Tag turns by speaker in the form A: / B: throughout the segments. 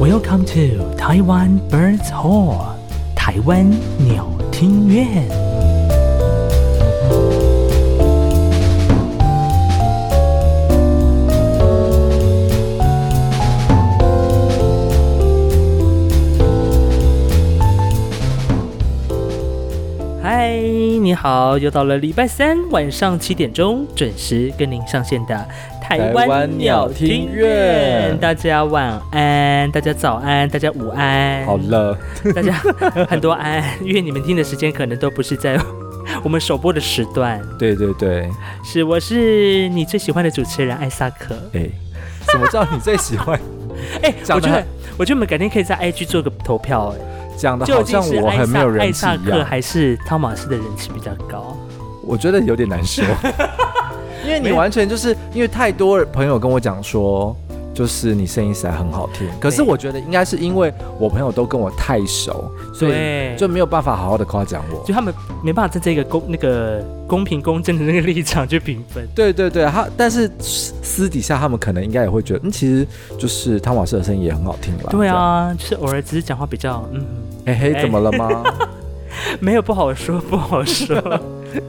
A: Welcome to Taiwan Birds Hall，台湾鸟听院。嗨，你好，又到了礼拜三晚上七点钟准时跟您上线的台
B: 台湾
A: 湾鸟
B: 鸟
A: 听
B: 听
A: 院
B: 院。
A: 大家晚安，大家早安，大家午安，
B: 好了，
A: 大家很多安，因为你们听的时间可能都不是在 我们首播的时段。
B: 对对对，
A: 是，我是你最喜欢的主持人艾萨克。
B: 哎、什么叫你最喜欢？
A: 哎、我
B: 讲得
A: 觉得
B: 很，
A: 我觉得我们改天可以在 IG 做个投票、哎，
B: 讲 的
A: 究
B: 好
A: 竟
B: 像
A: 是
B: 我
A: 艾
B: 很没
A: 萨
B: 有人
A: 艾
B: 气
A: 萨
B: 一
A: 克
B: 样，
A: 还是汤马斯的人气比较高？
B: 我觉得有点 难说，因为
A: 没
B: 你
A: 有
B: 完全就是因为太多朋友跟我讲说，就是你声音实在很好听，可是
A: 对
B: 我觉得应该是因为我朋友都跟我太熟，所以
A: 对，
B: 就
A: 就
B: 没有办法好好的夸奖我。
A: 就他们没办法站在一个公那个公平公正的那个立场去评 分。
B: 对对对，他但是私私底下他们可能应该也会觉得，嗯，其实就是汤马士的声音也很好听啦。
A: 对啊，就是偶尔只是讲话比较，嗯，
B: 这样，嘿嘿，怎么了 吗？
A: 没有不好说，不好说。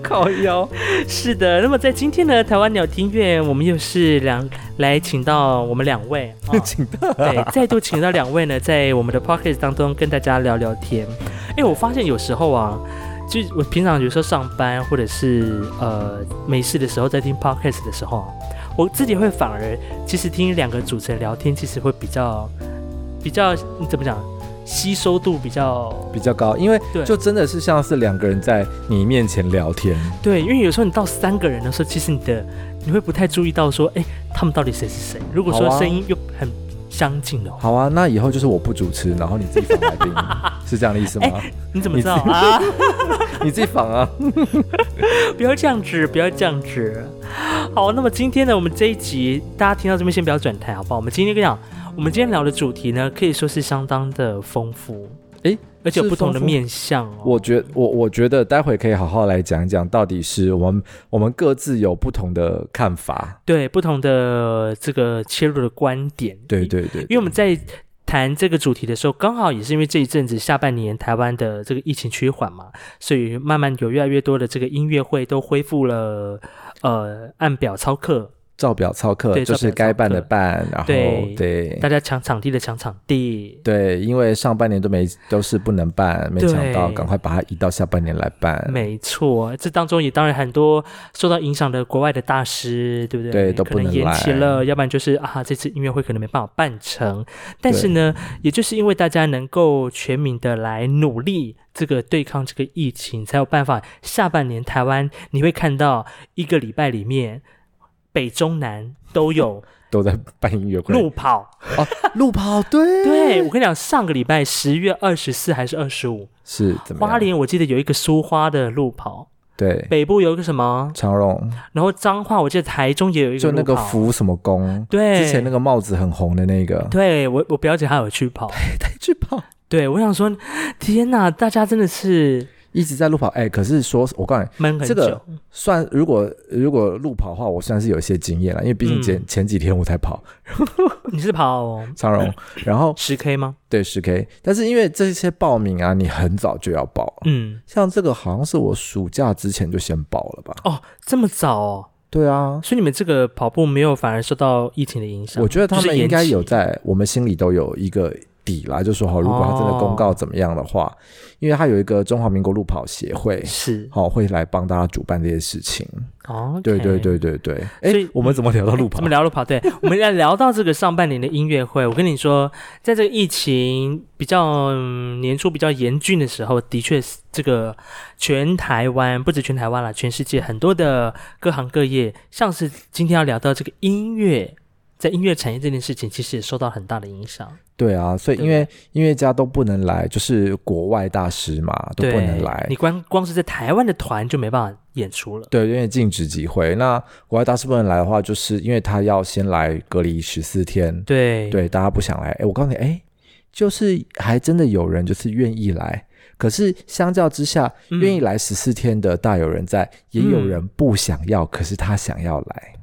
B: 靠腰，
A: 是的，那么在今天呢，台湾鸟听院，我们又是两来请到我们两位，啊
B: 请到
A: 对，再度请到两位呢，在我们的 p o c k e t 当中跟大家聊聊天。哎，我发现有时候啊，就我平常有时候上班或者是呃没事的时候，在听 podcast 的时候啊，我自己会反而其实听两个主持人聊天，其实会比较比较嗯怎么讲，吸收度比较
B: 比较高，因为
A: 对
B: 就真的是像是两个人在你面前聊天，
A: 对，因为有时候你到三个人的时候，其实你的你会不太注意到说，哎，他们到底谁是谁。如果说
B: 好啊
A: 声音又很相近的话，
B: 好啊，那以后就是我不主持，然后你自己访来 宾，是这样的意思吗？
A: 你怎么
B: 你
A: 知道
B: 自己
A: 啊？
B: 你自己访啊，
A: 不要这样子，不要这样子。好，那么今天呢，我们这一集大家听到这边先不要转台，好不好？我们今天跟你讲，我们今天聊的主题呢，可以说是相当的丰富，
B: 诶
A: 而且有
B: 是
A: 不同的
B: 丰富
A: 面向、哦。
B: 我觉我我觉得待会可以好好来讲一讲，到底是我们我们各自有不同的看法，
A: 对不同的这个切入的观点，
B: 对对对，
A: 因为我们在谈这个主题的时候，刚好也是因为这一阵子下半年台湾的这个疫情趋缓嘛，所以慢慢有越来越多的这个音乐会都恢复了，呃，按表操课，
B: 照表操课
A: 对照
B: 就
A: 表
B: 是该办的
A: 操课
B: 办，然后
A: 对
B: 对
A: 大家抢场地的抢场地。
B: 对，因为上半年都没都是不能办，没抢到，
A: 对
B: 赶快把它移到下半年来办，
A: 没错，这当中也当然很多受到影响的国外的大师，对不对？
B: 对都不
A: 可能
B: 能
A: 延期
B: 来
A: 了，要不然就是啊，这次音乐会可能没办法办成。但是呢，也就是因为大家能够全民的来努力，这个对抗这个疫情，才有办法下半年台湾你会看到一个礼拜里面，北中南都有
B: 都在办音乐会，
A: 路跑。
B: 哦，路跑，对
A: 对我跟你讲，上个礼拜十月二十四还是二十五，
B: 是怎么样？
A: 花莲我记得有一个苏花的路跑，
B: 对，
A: 北部有一个什么？
B: 长荣
A: 然后彰化，我记得台中也有一个
B: 就那个
A: 路跑，
B: 福什么宫，
A: 对，
B: 之前那个帽子很红的 那个，
A: 对我我表姐她有去跑，
B: 对，去跑，
A: 对我想说，天哪，大家真的是
B: 一直在路跑。哎、可是说，我告诉你，
A: 闷很久，
B: 这个算如果如果路跑的话，我算是有一些经验了，因为毕
A: 嗯
B: 竟前、前几天我才跑
A: 你是跑
B: 长 荣，然后
A: 十 K 吗？
B: 对十 K，但是因为这些报名啊，你很早就要报。
A: 嗯，
B: 像这个好像是我暑假之前就先报了吧？
A: 哦，这么早哦，
B: 对啊，
A: 所以你们这个跑步没有反而受到疫情的影响？
B: 我觉得他
A: 就是
B: 们
A: 延
B: 应该
A: 期
B: 有在我们心里都有一个底啦，就说好，如果他真的公
A: 哦
B: 告怎么样的话，因为他有一个中华民国路跑协会，
A: 是
B: 好、会来帮大家主办这些事情。
A: 哦，
B: 对对。对对对，哎、
A: 所以嗯
B: 我们怎么聊到路
A: 我
B: 跑
A: 们？聊路跑，对，我们要聊到这个上半年的音乐会。我跟你说，在这个疫情比较、嗯年初比较严峻的时候，的确是这个全台湾，不止全台湾啦，全世界很多的各行各业，像是今天要聊到这个音乐，在音乐产业这件事情，其实也受到很大的影响。
B: 对啊，
A: 嗯
B: 所以因为音乐家都不能来，就是国外大师嘛都
A: 对，
B: 不能来
A: 你。光光是在台湾的团就没办法演出了。
B: 对，因为禁止集会。那国外大师不能来的话，就是因为他要先来隔离十四天。
A: 对
B: 对，大家不想来。哎，我告诉你，哎，就是还真的有人就是愿意来，可是相较之下，
A: 嗯
B: 愿意来十四天的大有人在，也有
A: 嗯
B: 人不想要，可是他想要来，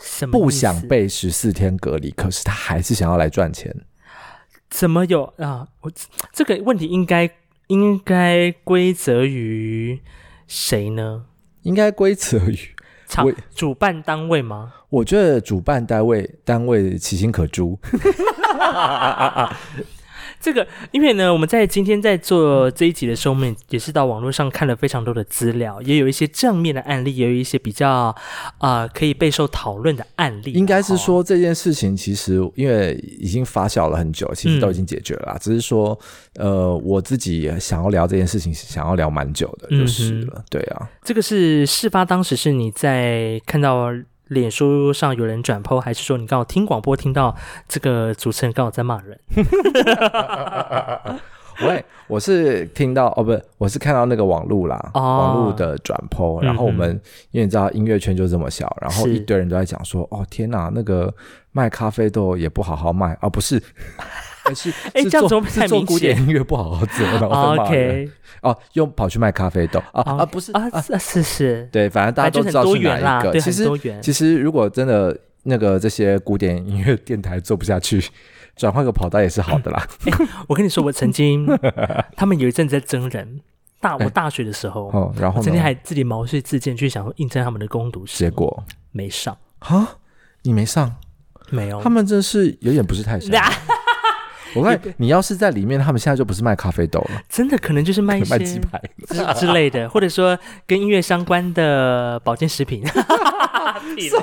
A: 什么意思
B: 嗯不想被十四天隔离，可是他还是想要来赚钱。
A: 怎么有啊？我这个问题应该应该归责于谁呢？
B: 应该归责于
A: 场
B: 我
A: 主办单位 吗？
B: 我觉得主办单位单位其心可诛，
A: 这个，因为呢，我们在今天在做这一集的时候，我们也是到网络上看了非常多的资料，也有一些正面的案例，也有一些比较啊、呃可以备受讨论的案例。
B: 应该是
A: 哦，
B: 说这件事情其实因为已经发酵了很久，其实都已经解决了啦，
A: 嗯
B: 只是说呃我自己想要聊这件事情，想要聊蛮久的
A: 嗯
B: 就是了，对啊，
A: 这个是事发当时是你在看到脸书上有人转 PO，还是说你刚好听广播听到这个主持人刚好在骂 人？
B: 喂，我是听到哦，不是，我是看到那个网路啦，
A: 哦嗯
B: 网路的转播，然后我们、因为你知道音乐圈就这么小，然后
A: 是
B: 一堆人都在讲说，哦天哪，那个卖咖啡豆也不好好卖啊，不是，哎是
A: 哎
B: 是
A: 这样
B: 做
A: 怎么太
B: 是做
A: 明
B: 古典音乐不好好做，然后在
A: 啊
B: 骂人
A: OK
B: 哦，又跑去卖咖啡豆啊啊不是
A: 啊，是是是，
B: 对，反正大家
A: 反正就是
B: 都知道
A: 很多
B: 是哪
A: 元啦
B: 一，个，
A: 对，
B: 其
A: 很
B: 实
A: 多元。
B: 其实如果真的那个这些古典音乐电台做不下去，转换个跑道也是好的啦。
A: 嗯我跟你说，我曾 经他们有一阵子在征人，大我大学的时候。
B: 哎哦，然后
A: 我
B: 呢
A: 曾经还自己毛遂自荐去想说应征他们的攻读生，
B: 结果
A: 没上，
B: 啊，你没上，
A: 没有
B: 他。们真是有点不是太熟。 我看你要是在里面，他们现在就不是卖咖啡豆了，
A: 真的可能就是卖一些
B: 卖鸡排。
A: 之 之类的，或者说跟音乐相关的保健食品。屁啦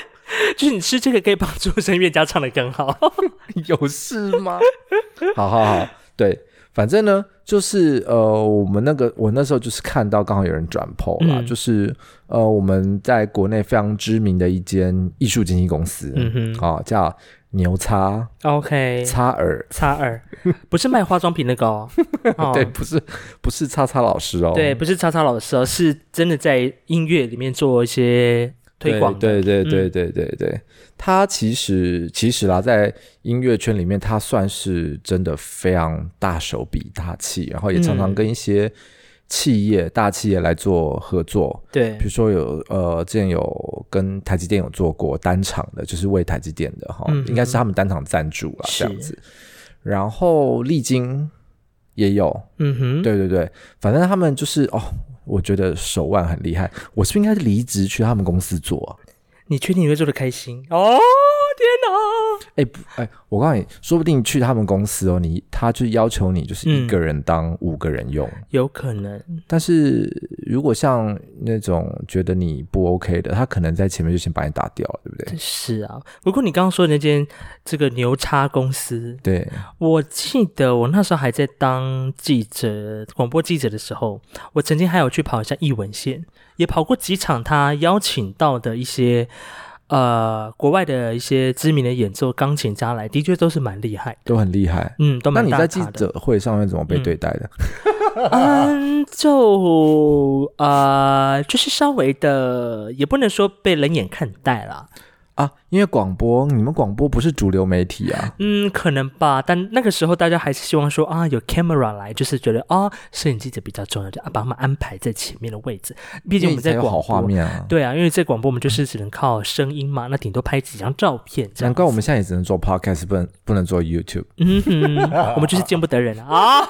A: 就是你吃这个可以帮助声乐家唱的更好。
B: 有事吗？ 好好好，对，反正呢，就是呃，我们那个我那时候就是看到刚好有人转 PO 啦，
A: 嗯
B: 就是呃，我们在国内非常知名的一间艺术经纪公司，
A: 嗯哼
B: 啊、叫牛叉
A: ，OK，
B: 叉尔，
A: 叉二不是卖化妆品那个 哦，哦
B: 对，不是不是叉叉老师哦，
A: 对，不是叉叉老师哦，是真的在音乐里面做一些推广的。
B: 对对
A: 嗯
B: 对对对对对，他其实其实啦，在音乐圈里面，他算是真的非常大手笔大气，然后也常常
A: 嗯
B: 跟一些企业、大企业来做合作。
A: 对
B: 比如说有呃，之前有跟台积电有做过单场的，就是为台积电的哈，
A: 嗯嗯
B: 应该是他们单场赞助啦，
A: 是
B: 这样子。然后历经也有，
A: 嗯哼，
B: 对对对，反正他们就是哦，我觉得手腕很厉害。我是不是应该离职去他们公司做啊、
A: 你确定你会做的开心？哦，天哪！
B: 哎、不，哎、我告诉你，说不定去他们公司哦，你他就要求你就是
A: 嗯
B: 一个人当五个人用，
A: 有可能，
B: 但是如果像那种觉得你不 OK 的，他可能在前面就先把你打掉了，对不对？
A: 是啊。不过你刚刚说的那间这个牛叉公司，
B: 对，
A: 我记得我那时候还在当记者、广播记者的时候，我曾经还有去跑一下译文线，也跑过几场他邀请到的一些呃国外的一些知名的演奏钢琴家来，的确都是蛮厉害的。
B: 都很厉害。
A: 嗯，都
B: 那
A: 蛮
B: 你
A: 大
B: 在记
A: 咖的
B: 者会上面怎么被对待的？
A: 嗯，就呃，就是稍微的，也不能说被冷眼看待啦。
B: 啊，因为广播，你们广播不是主流媒体啊，
A: 嗯，可能吧。但那个时候大家还是希望说啊，有 camera 来，就是觉得啊，摄影记者比较重要，就啊把他们安排在前面的位置。毕竟我们
B: 因为
A: 在
B: 才有
A: 广
B: 好
A: 播，
B: 画面啊。
A: 对啊，因为在广播我们就是只能靠声音嘛，那顶多拍几张照片这样。
B: 难怪我们现在也只能做 podcast，不能不能做 YouTube。
A: 嗯哼，我们就是见不得人啊！ 啊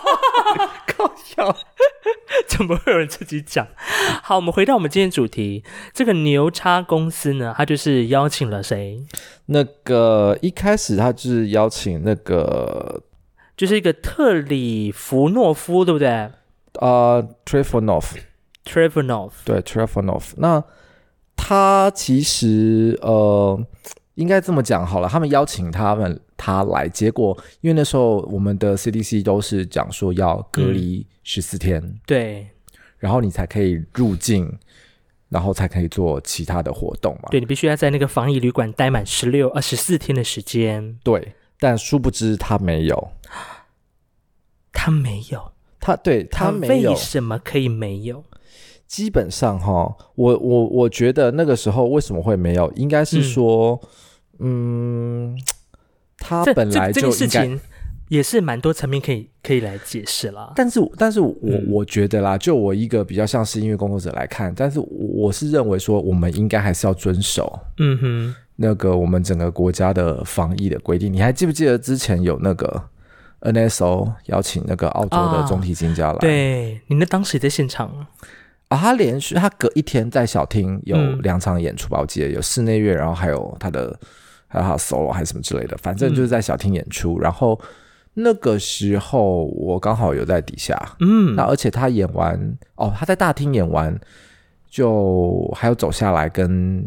A: 搞笑，怎么会有人自己讲？好，我们回到我们今天主题，这个牛叉公司呢，它就是邀请了谁？
B: 那个一开始他就是邀请那个
A: 就是一个特里弗诺夫，对不对
B: 呃 t r i f o n o v
A: ？Trevornov，
B: 对 t r e f o n o v 那他其实呃，应该这么讲好了，他们邀请他们他来，结果因为那时候我们的 CDC 都是讲说要隔
A: 嗯
B: 离十四天，
A: 对，
B: 然后你才可以入境，然后才可以做其他的活动嘛。
A: 对你必须要在那个防疫旅馆待满十六、呃十四天的时间。
B: 对但殊不知他没有，
A: 他没有，
B: 他对他没有
A: 为，什么可以没有？
B: 基本上哈，我我我觉得那个时候为什么会没有，应该是说，嗯。他
A: 这
B: 本来
A: 这
B: 就
A: 这件事
B: 应该
A: 情也是蛮多层面可以可以来解释啦。
B: 但是，但是我、
A: 嗯
B: 我觉得啦，就我一个比较像是音乐工作者来看，但是我我是认为说，我们应该还是要遵守
A: 嗯哼，
B: 那个我们整个国家的防疫的规定。你还记不记得之前有那个 NSO 邀请那个澳洲
A: 啊
B: 的总体金家来？
A: 对，你那当时也在现场啊？
B: 啊，他连续他隔一天在小厅有
A: 嗯
B: 两场演出吧，我记得有室内乐，然后还有他的还有他的 solo 还是什么之类的，反
A: 嗯
B: 正就是在小厅演出。然后那个时候我刚好有在底下，
A: 嗯
B: 那，而且他演完哦，他在大厅演完，就还有走下来跟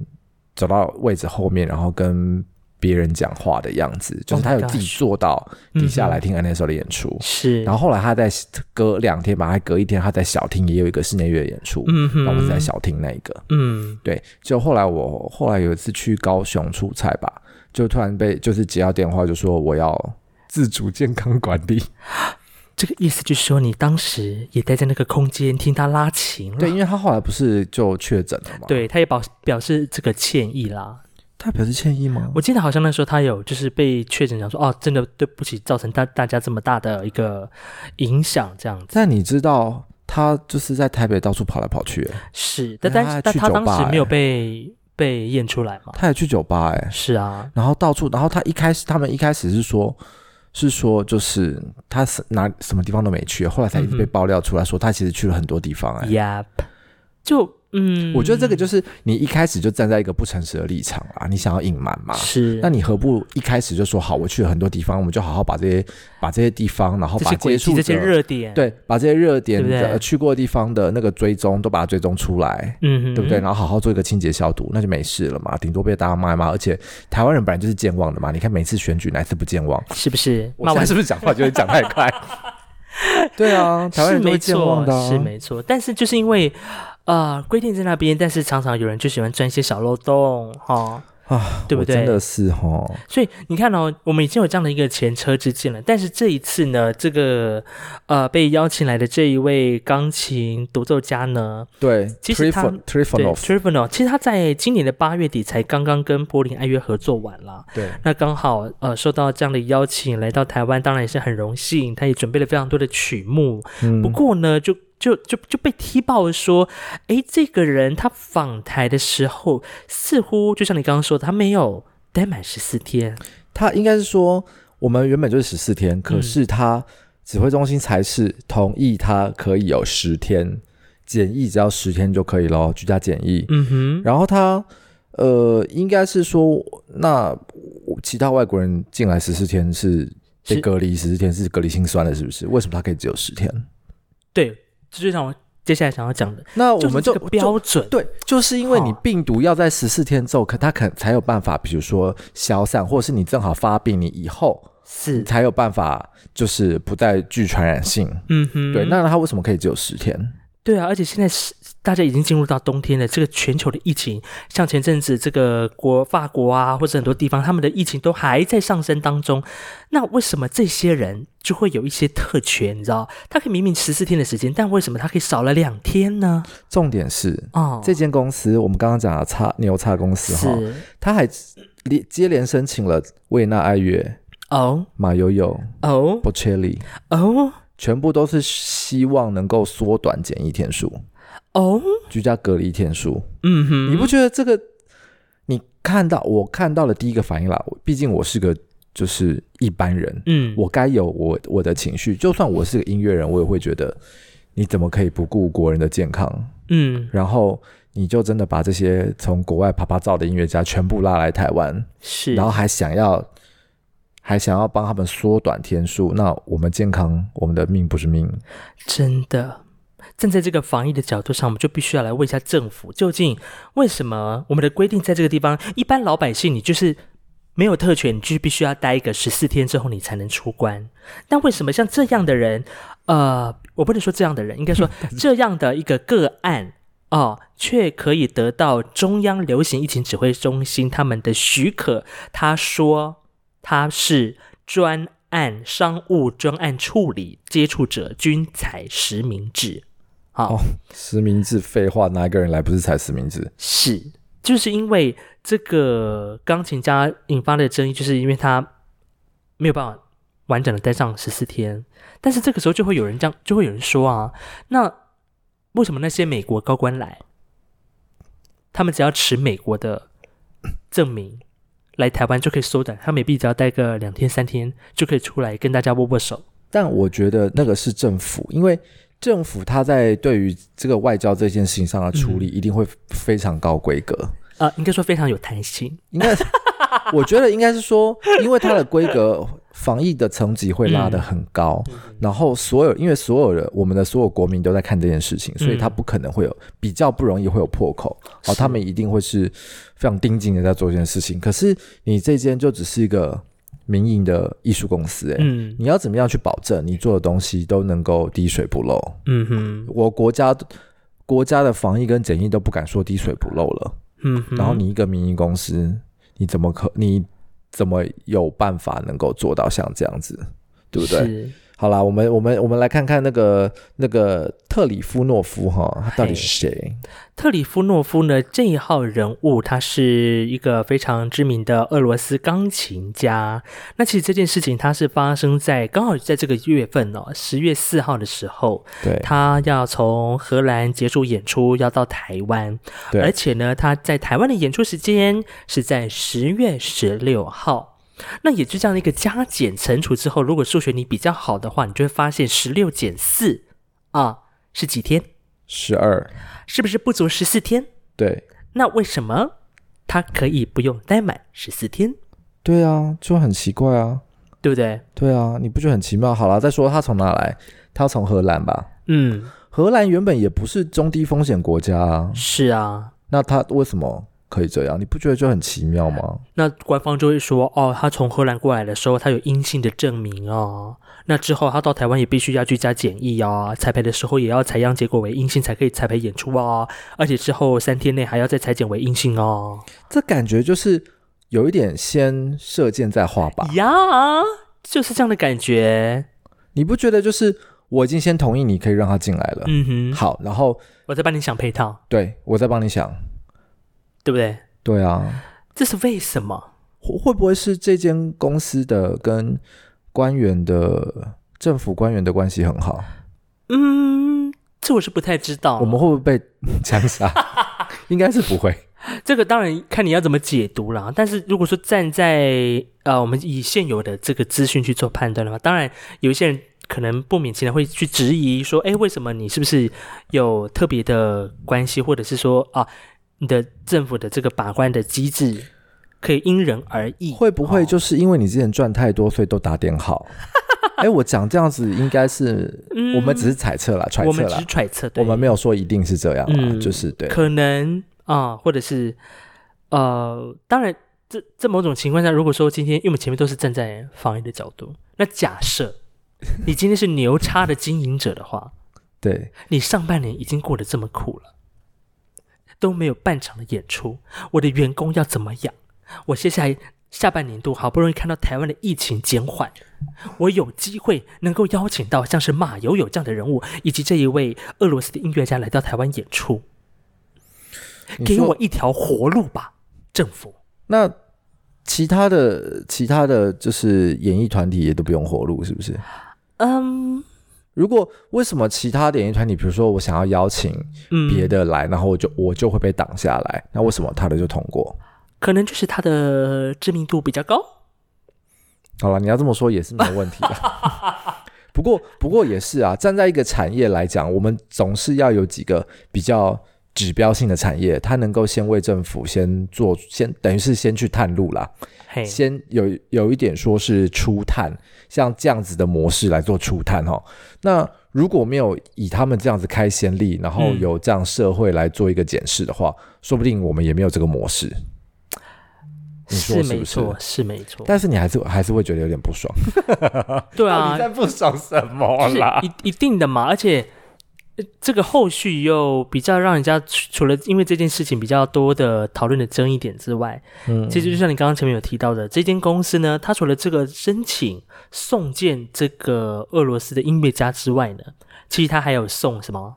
B: 走到位置后面，然后跟别人讲话的样子，就
A: Oh
B: 是
A: my
B: 他有自己
A: gosh
B: 坐到底下来
A: 嗯
B: 听 n s o 的演出。
A: 是，
B: 然后后来他在隔两天吧，还隔一天，他在小厅也有一个室内乐演出，
A: 嗯哼，
B: 然后我是在小厅那一个。
A: 嗯，
B: 对，就后来我后来有一次去高雄出差吧，就突然被就是接到电话，就说我要自主健康管理。
A: 这个意思就是说，你当时也待在那个空间听他拉琴了。
B: 对，因为他后来不是就确诊了嘛。，
A: 对，他也表表示这个歉意啦。
B: 他表示歉意吗？
A: 我记得好像那时候他有就是被确诊，讲说哦，真的对不起，造成大大家这么大的一个影响，这样子
B: 但你知道他就是在台北到处跑来跑去，欸
A: 是。但
B: 对
A: 但
B: 啊他
A: 但
B: 去
A: 他
B: 酒
A: 当
B: 吧
A: 时没有
B: 欸
A: 被被验出来嘛？
B: 他也去酒吧哎、欸
A: 是啊，
B: 然后到处，然后他一开始他们一开始是说。是说，就是他是哪什么地方都没去，后来才一直被
A: 嗯哼
B: 爆料出来说他其实去了很多地方、哎、
A: Yep，就嗯，
B: 我觉得这个就是你一开始就站在一个不诚实的立场啦，你想要隐瞒嘛？
A: 是，
B: 那你何不一开始就说好，我去了很多地方，我们就好好把这些把这些地方，然后
A: 这
B: 把
A: 些轨
B: 接
A: 迹、
B: 触
A: 这些
B: 者
A: 热点，，
B: 对，把这些热点
A: 对不对
B: 的呃去过的地方的那个追踪都把它追踪出来，
A: 嗯哼，
B: 对不对？？然后好好做一个清洁消毒，那就没事了嘛，顶多被大家骂嘛。而且台湾人本来就是健忘的嘛，你看每次选举哪一次不健忘？
A: 是不是？
B: 我
A: 骂
B: 现
A: 完
B: 在是不是讲话就会讲太快？ 对啊，台湾
A: 是
B: 人都
A: 没
B: 会健
A: 错
B: 忘的、啊，
A: 是没错。但是就是因为呃规定在那边，但是常常有人就喜欢钻一些小漏洞哈、哦
B: 啊，
A: 对不
B: 我
A: 对
B: 真的是哦，
A: 所以你看哦，我们已经有这样的一个前车之鉴了，但是这一次呢，这个呃被邀请来的这一位钢琴独奏家呢，
B: 对
A: 其实他
B: Trifon-
A: 对
B: Trifonov
A: t r i v a n o 其实他在今年的八月底才刚刚跟柏林爱乐合作完啦。
B: 对，
A: 那刚好呃受到这样的邀请来到台湾，当然也是很荣幸。他也准备了非常多的曲目，
B: 嗯
A: 不过呢，就就就就被踢爆了说，诶，这个人他访台的时候，似乎就像你刚刚说的，他没有待满十四天，
B: 他应该是说，我们原本就是十四
A: 嗯
B: 天，可是他指挥中心才是同意他可以有十天检疫，只要十天就可以咯，居家检疫。
A: 嗯哼，
B: 然后他呃，应该是说，那我其他外国人进来十四天是被
A: 是
B: 隔离十四天，是隔离心酸的，是不是？为什么他可以只有十天？
A: 对，这就像我接下来想要讲的，
B: 那哦我们
A: 就这
B: 就是
A: 个标准，
B: 对，就是因为你
A: 好
B: 病毒要在十四天之后，可它可才有办法，比如说消散，或者是你正好发病，你以后
A: 是，
B: 才有办法，就是不再具传染性。
A: 嗯哼，
B: 对，那它为什么可以只有十天？
A: 对啊，而且现在是大家已经进入到冬天了，这个全球的疫情，像前阵子这个国法国啊，或者很多地方，他们的疫情都还在上升当中。那为什么这些人就会有一些特权？你知道，他可以明明十四天的时间，但为什么他可以少了两天呢？
B: 重点是
A: 哦，
B: 这间公司，我们刚刚讲的差牛叉公司哈，
A: 是
B: 它还连接连申请了维也纳爱乐、
A: 哦
B: 马友友、
A: 哦
B: Bocelli，
A: 哦
B: 全部都是希望能够缩短检疫天数、
A: 哦，
B: 居家隔离天数。
A: 嗯哼，
B: 你不觉得这个？你看到我看到的第一个反应啦，我毕竟我是个就是一般人，
A: 嗯
B: 我该有我我的情绪，就算我是个音乐人，我也会觉得你怎么可以不顾国人的健康，
A: 嗯
B: 然后你就真的把这些从国外啪啪照的音乐家全部拉来台湾，
A: 是，
B: 然后还想要还想要帮他们缩短天数，那我们健康，我们的命不是命，
A: 真的，站在这个防疫的角度上，我们就必须要来问一下政府，究竟为什么我们的规定在这个地方，一般老百姓你就是没有特权，你就是必须要待一个十四天之后你才能出关。那为什么像这样的人，呃，我不能说这样的人，应该说这样的一个个案。哦，却可以得到中央流行疫情指挥中心他们的许可。他说他是专案商务专案处理接触者均采实名制。好，
B: 哦实名制废话，哪一个人来不是才实名制？
A: 是就是因为这个钢琴家引发的争议，就是因为他没有办法完整的待上十四天，但是这个时候就会有人这样，就会有人说啊，那为什么那些美国高官来，他们只要持美国的证明，来台湾就可以缩短，他每必只要待个两天三天就可以出来跟大家握握手。
B: 但我觉得那个是政府，因为政府他在对于这个外交这件事情上的处理一定会非常高规格。
A: 呃，应该说非常有弹性。
B: 应该，我觉得应该是说，因为它的规格防疫的层级会拉得很高，然后所有因为所有的我们的所有国民都在看这件事情，所以它不可能会有比较不容易会有破口哦，他们一定会是非常盯紧的在做这件事情。可是你这间就只是一个民营的艺术公司、欸，哎、
A: 嗯
B: 你要怎么样去保证你做的东西都能够滴水不漏？
A: 嗯哼，
B: 我国家国家的防疫跟检疫都不敢说滴水不漏了。
A: 嗯哼，
B: 然后你一个民营公司，你怎么可你怎么有办法能够做到像这样子，对不对？
A: 是？
B: 好啦，我们我们我们来看看那个那个特里夫诺夫哈，他到底是谁？
A: 特里夫诺夫呢这一号人物，他是一个非常知名的俄罗斯钢琴家。那其实这件事情，它是发生在刚好在这个月份哦，十月四号的时候，
B: 对
A: 他要从荷兰结束演出，要到台湾，
B: 对
A: 而且呢，他在台湾的演出时间是在十月十六号。那也就这样的一个加减乘除之后，如果数学你比较好的话，你就会发现十六减四啊是几天？
B: 十二，
A: 是不是不足十四天？
B: 对
A: 那为什么他可以不用待满十四天？
B: 对啊，就很奇怪啊，
A: 对不对？
B: 对啊，你不觉得很奇妙？好啦，再说他从哪来？他从荷兰吧？
A: 嗯，
B: 荷兰原本也不是中低风险国家啊，
A: 是啊。
B: 那他为什么可以这样？你不觉得就很奇妙吗？
A: 那官方就会说，哦，他从荷兰过来的时候，他有阴性的证明哦。那之后他到台湾也必须要居家检疫哦，彩排的时候也要采样结果为阴性才可以彩排演出哦，而且之后三天内还要再裁剪为阴性哦。
B: 这感觉就是有一点先射箭再画 靶，
A: 呀就是这样的感觉。
B: 你不觉得？就是我已经先同意你可以让他进来了，
A: 嗯哼，
B: 好，然后
A: 我在帮你想配套，
B: 对我再帮你想，
A: 对不对？
B: 对啊，
A: 这是为什么？
B: 会会不会是这间公司的跟官员的政府官员的关系很好？
A: 嗯，这我是不太知道。
B: 我们会不会被枪 杀？应该是不会。
A: 这个当然看你要怎么解读啦，但是如果说站在呃我们以现有的这个资讯去做判断的话，当然有一些人可能不免其然会去质疑说，哎，为什么你是不是有特别的关系，或者是说啊，你的政府的这个把关的机制可以因人而异，
B: 会不会
A: 哦
B: 就是因为你之前赚太多，所以都打 点好？哎、我讲这样子应该是、
A: 嗯
B: 我们只是猜测啦，揣
A: 我
B: 测
A: 们只
B: 啦
A: 是，揣测，
B: 我
A: 对
B: 们没有说一定是这样啦，
A: 嗯
B: 就是对。
A: 可能啊、或者是呃，当然，这这某种情况下，如果说今天，因为我们前面都是站在防疫的角度，那假设你今天是牛叉的经营者的话，
B: 对，
A: 你上半年已经过得这么苦了，都没有半场的演出，我的员工要怎么养？我接下来下半年度好不容易看到台湾的疫情减缓，我有机会能够邀请到像是马友友这样的人物，以及这一位俄罗斯的音乐家来到台湾演出，
B: 你
A: 给
B: 说
A: 我一条活路吧，政府。
B: 那其他的其他的就是演艺团体也都不用活路，是不是？
A: 嗯
B: 如果为什么其他的演艺团体，比如说我想要邀请
A: 嗯，
B: 别的来，然后我就我就会被挡下来，那为什么他的就通过？
A: 可能就是他的知名度比较高。
B: 好了，你要这么说也是没有问题的。 不过不过也是啊，站在一个产业来讲，我们总是要有几个比较指标性的产业，它能够先为政府先做先等于是先去探路啦。
A: 嘿，
B: 先有有一点说是初探，像这样子的模式来做初探哦。那如果没有以他们这样子开先例，然后
A: 嗯
B: 由这样社会来做一个检视的话，说不定我们也没有这个模式。你说是
A: 没
B: 不是？
A: 错，是没错。
B: 但是你还是还是会觉得有点 不爽，
A: 对
B: 到
A: 啊
B: 底，在不爽什么
A: 就是
B: 啦？
A: 一一定的嘛，而且。呃这个后续又比较让人家除除了因为这件事情比较多的讨论的争议点之外，
B: 嗯，
A: 其实就像你刚刚前面有提到的，这间公司呢，它除了这个申请送件这个俄罗斯的音乐家之外呢，其实它还有送什么？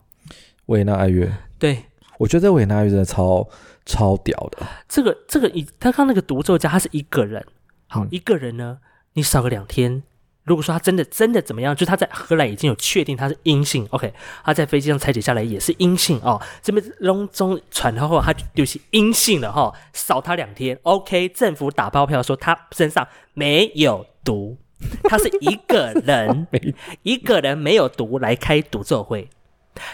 B: 维也纳爱乐，
A: 对，
B: 我觉得这维也纳爱乐真的超超屌的。
A: 这个这个一，他刚那个独奏家他是一个人，好、
B: 嗯
A: 一个人呢，你少个两天，如果说他真的真的怎么样，就是他在荷兰已经有确定他是阴性，OK，他在飞机上裁剪下来也是阴性哦。这边隆中传到后，他就是阴性了哈、哦，扫他两天，OK，政府打包票说他身上没有毒，他是一个人一个人没有毒来开独奏会，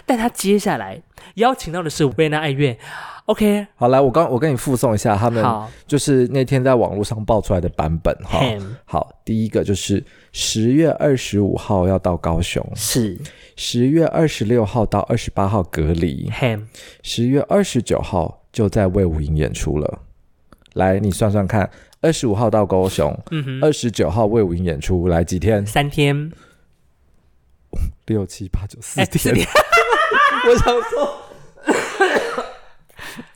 A: 但他接下来邀请到的是维也纳爱乐，OK，
B: 好，来，我刚我跟你附送一下他们
A: 好
B: 就是那天在网络上爆出来的版本哈。
A: Ham
B: 好，第一个就是十月二十五号要到高雄，
A: 是
B: 十月二十六号到二十八号隔离，
A: Ham
B: 十月二十九号就在魏武营演出了。来，你算算看，二十五号到高雄，
A: 嗯哼，
B: 二十九号魏武营演出，来几天？
A: 三天，
B: 六七八九四
A: 哎四
B: 天。 我想说。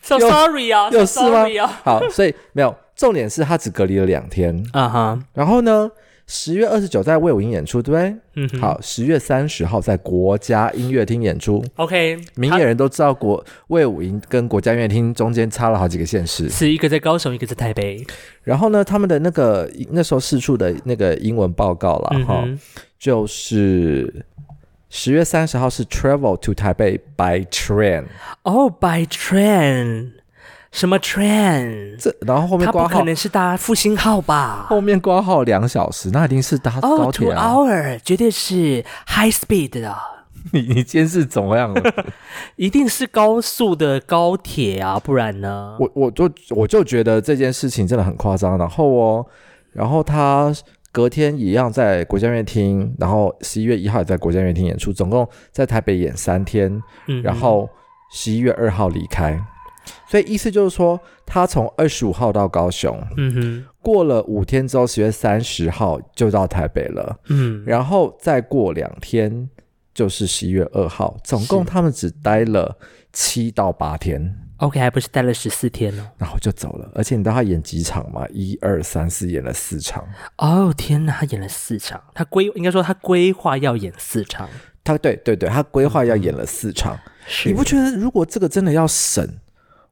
A: So
B: 有
A: sorry 啊，
B: 有
A: so
B: 事吗
A: sorry 啊，
B: 好，所以没有重点是他只隔离了两天，
A: 啊哈，
B: 然后呢，十月二十九在魏武营演出，对不对？
A: 嗯哼，
B: 好，十月三十号在国家音乐厅演出。
A: ，OK，
B: 明眼人都知道国魏武营跟国家音乐厅中间差了好几个县市。
A: 是一个在高雄，一个在台北，
B: 然后呢，他们的那个那时候试出的那个英文报告啦，
A: 嗯
B: 哈、
A: 哼，
B: 就是十月三十号是 travel to 台北 by train，
A: 哦、b y train，什么 train？
B: 这然后后面
A: 它
B: 挂
A: 不可
B: 号
A: 能是搭复兴号吧？
B: 后面挂号两小时，那一定是搭
A: 哦、
B: 高
A: t w
B: 铁
A: o
B: 啊。
A: hour 绝对是 high speed 的，
B: 你你今天是怎么样了？
A: 一定是高速的高铁啊，不然呢？
B: 我我就我就觉得这件事情真的很夸张。然后哦，然后他隔天一样在国家音乐厅，然后十一月一号也在国家音乐厅演出，总共在台北演三天，
A: 嗯哼
B: 然后十一月二号离开。所以意思就是说，他从二十五号到高雄，
A: 嗯哼，
B: 过了五天之后，十月三十号就到台北了，
A: 嗯，
B: 然后再过两天就是十一月二号，总共
A: 是
B: 他们只待了七到八天。
A: OK，还不是待了十四天呢。
B: 然后就走了。而且你知道他演几场吗？一二三四，演了四场。
A: 哦、天哪，他演了四场，他规应该说他规划要演四场，
B: 他对对对，他规划要演了四场。
A: 是
B: 你不觉得如果这个真的要审，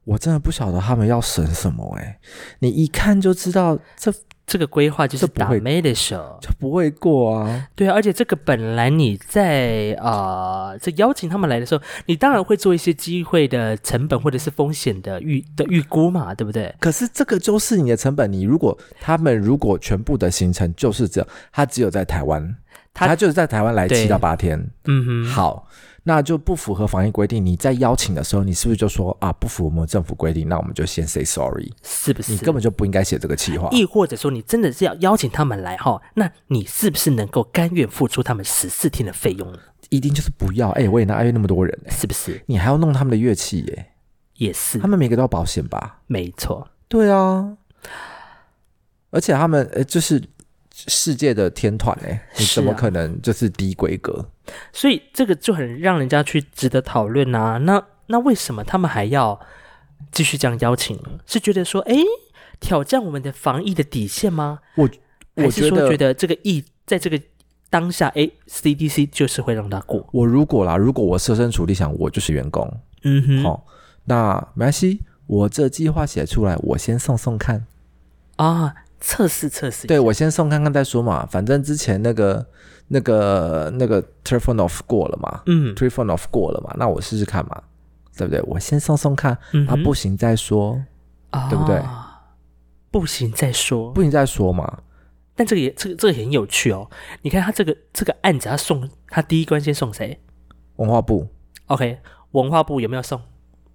B: 我真的不晓得他们要审什么哎、你一看就知道这
A: 这个规划就是
B: 这不
A: 打
B: 会
A: 妹的时候，
B: 就不会过啊。
A: 对啊，而且这个本来你在啊、呃在邀请他们来的时候，你当然会做一些机会的成本或者是风险的预的预估嘛，对不对？
B: 可是这个就是你的成本。你如果他们如果全部的行程就是这样，他只有在台湾，
A: 他
B: 他就是在台湾来
A: 对
B: 七到八天。
A: 嗯哼，
B: 好，那就不符合防疫规定。你在邀请的时候，你是不是就说啊，不符合我们政府规定，那我们就先 say sorry？
A: 是不是？
B: 你根本就不应该写这个企划。
A: 亦或者说你真的是要邀请他们来哈，那你是不是能够甘愿付出他们十四天的费用呢？
B: 一定就是不要。哎、维也纳爱乐那么多人、哎，
A: 是不是？
B: 你还要弄他们的乐器耶、
A: 也是
B: 他，们每个都要保险吧？
A: 没错，
B: 对啊，而且他们呃、就是世界的天团哎、你
A: 是啊
B: 怎么可能就是低规格？
A: 所以这个就很让人家去值得讨论啊。那那为什么他们还要继续这样邀请呢？是觉得说，哎，挑战我们的防疫的底线吗？还
B: 我
A: 是
B: 觉
A: 说觉
B: 得，
A: 得这个疫在这个当下，哎，CDC 就是会让他过？
B: 我如果啦，如果我设身处地想，我就是员工，
A: 嗯哼，
B: 好、那没关系，我这计划写出来，我先送送看，
A: 啊，测试测试，
B: 对我先送看看再说嘛，反正之前那个那个那个 t r i f o n o f 过了嘛，
A: 嗯
B: t r i f o n o f 过了嘛，那我试试看嘛，对不对？我先送送看，
A: 嗯
B: 啊
A: 哼，
B: 不行再说，对不对
A: 啊不行再说，
B: 不行再说嘛。
A: 但这个也这个这个也很有趣哦。你看他这个这个案子，他送他第一关先送谁
B: 文化部，
A: ？OK，文化部有没有送？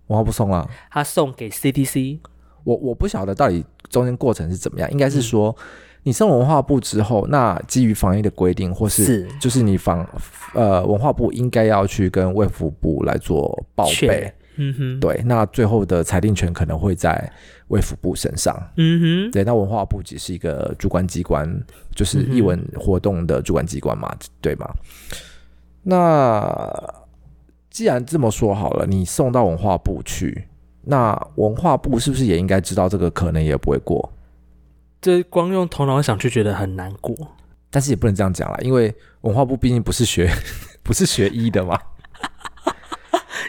B: 文化部送了，
A: 他送给 CDC，
B: 我我不晓得到底中间过程是怎么样，应该
A: 嗯
B: 是说、你送文化部之后，那基于防疫的规定，或是
A: 是
B: 就是你防呃文化部应该要去跟卫福部来做报
A: 确
B: 备
A: 认，嗯哼，，
B: 对，那最后的裁定权可能会在卫福部身上。
A: 嗯哼，
B: 对，那文化部只是一个主管机关，就是艺文活动的主管机关嘛，对吗？那既然这么说好了，你送到文化部去，那文化部是不是也应该知道这个可能也不会过？
A: 这光用头脑想就觉得很难过。
B: 但是也不能这样讲啦，因为文化部毕竟不是学 不是学医的嘛，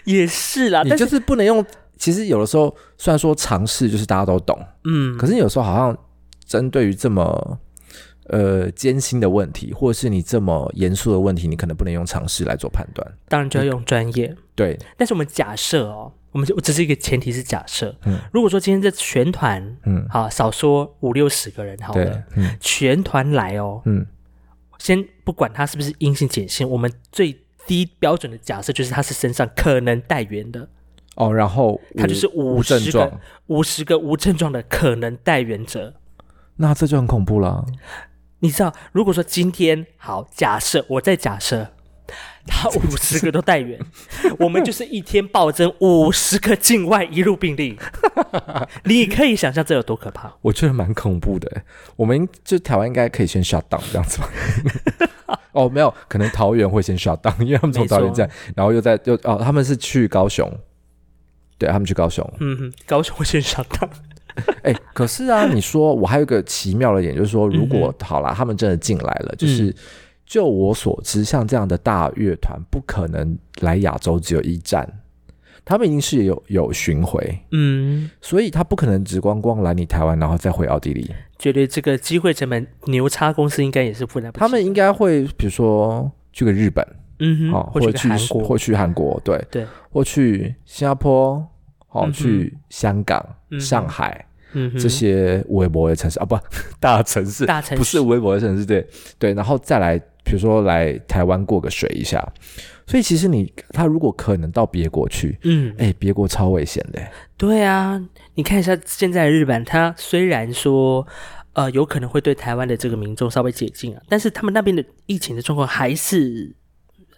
A: 也是啦，啊
B: 你
A: 但
B: 就是是不能用。其实有的时候虽然说尝试就是大家都懂，
A: 嗯，
B: 可是有时候好像针对于这么呃艰辛的问题，或者是你这么严肃的问题，你可能不能用常识来做判断。
A: 当然就要用专业。
B: 对，
A: 但是我们假设哦，我们就只是一个前提是假设
B: 嗯。
A: 如果说今天这全团
B: 嗯，
A: 好少说五六十个人好
B: 对
A: 了，，
B: 嗯
A: 全团来哦，
B: 嗯，
A: 先不管他是不是阴性碱性，我们最低标准的假设就是他是身上可能带源的，
B: 哦，然后
A: 他就是50
B: 无无症
A: 个
B: 状，
A: 五十个无症状的可能带源者。
B: 那这就很恐怖了。
A: 你知道，如果说今天好，假设我再假设。他五十个都带 源，我们就是一天暴增五十个境外一路病 例，你可以想象这有多可怕。
B: 我觉得蛮恐怖的欸。我们就台湾应该可以先 shut down 这样子吧？ 哦，没有，可能桃园会先 shut down，因为他们从
A: 没错
B: 桃园站，然后又在又哦，他们是去高雄，对他们去高雄。
A: 嗯哼，高雄县上当，
B: 哎、可是啊，你说我还有一个奇妙的点，就
A: 嗯
B: 是说，如果、好啦，他们真的进来了，就是。就我所知，像这样的大乐团不可能来亚洲只有一站，他们一定是有有巡回，
A: 嗯，
B: 所以他不可能只光光来你台湾，然后再回奥地利。
A: 觉得这个机会成本牛叉公司应该也是负担不起。
B: 他们应该会，比如说去个日本，
A: 嗯哼，
B: 哦，
A: 或
B: 或
A: 者
B: 者
A: 去
B: 去
A: 韩国，
B: 或去韩国，对
A: 对，
B: 或去新加坡，
A: 嗯
B: 哦，
A: 哼
B: 去香港、
A: 嗯哼
B: 上海
A: 嗯哼，
B: 这些微博的城市啊，不， 大城市，
A: 大城市
B: 不是微博的城市，对对，然后再来，比如说来台湾过个水一下。所以其实你他如果可能到别国去，
A: 嗯，
B: 哎，别国超危险的，
A: 对啊，你看一下现在的日本，它虽然说呃有可能会对台湾的这个民众稍微解禁啊，但是他们那边的疫情的状况还是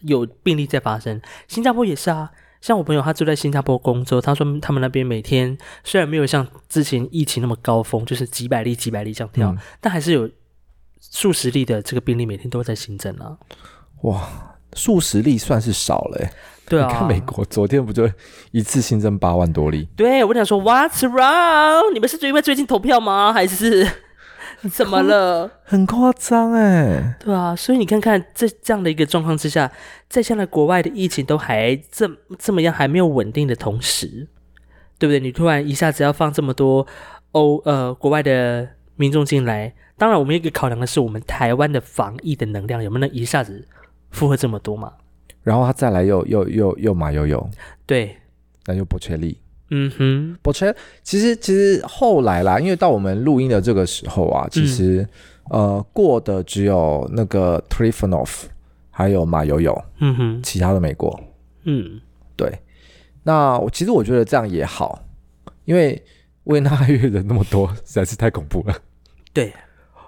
A: 有病例在发生。新加坡也是啊，像我朋友他住在新加坡工作，他说他们那边每天虽然没有像之前疫情那么高峰，就是几百例几百例这样跳，
B: 嗯
A: 但还是有数十例的这个病例每天都在新增啊。
B: 哇，数十例算是少了。哎
A: 对啊，
B: 你看美国昨天不就一次新增八万多例？
A: 对，我想说，What's wrong？你们是因为最近投票吗？还是 怎么了？
B: 很夸张哎，
A: 对啊，所以你看看这这样的一个状况之下，在现在国外的疫情都还这这么样还没有稳定的同时，对不对？你突然一下子要放这么多欧呃国外的民众进来，当然我们一个考量的是我们台湾的防疫的能量有没有能一下子负荷这么多嘛？
B: 然后他再来又又又又马又又，
A: 对，
B: 那又波切利。
A: 嗯哼，
B: 波切其实其实后来啦，因为到我们录音的这个时候啊，其实、呃过的只有那个 Trifonov，还有马友友，
A: 嗯哼，
B: 其他都没过。
A: 嗯，
B: 对，那我其实我觉得这样也好，因为维也纳爱乐人那么多， 实在是太恐怖了。
A: 对，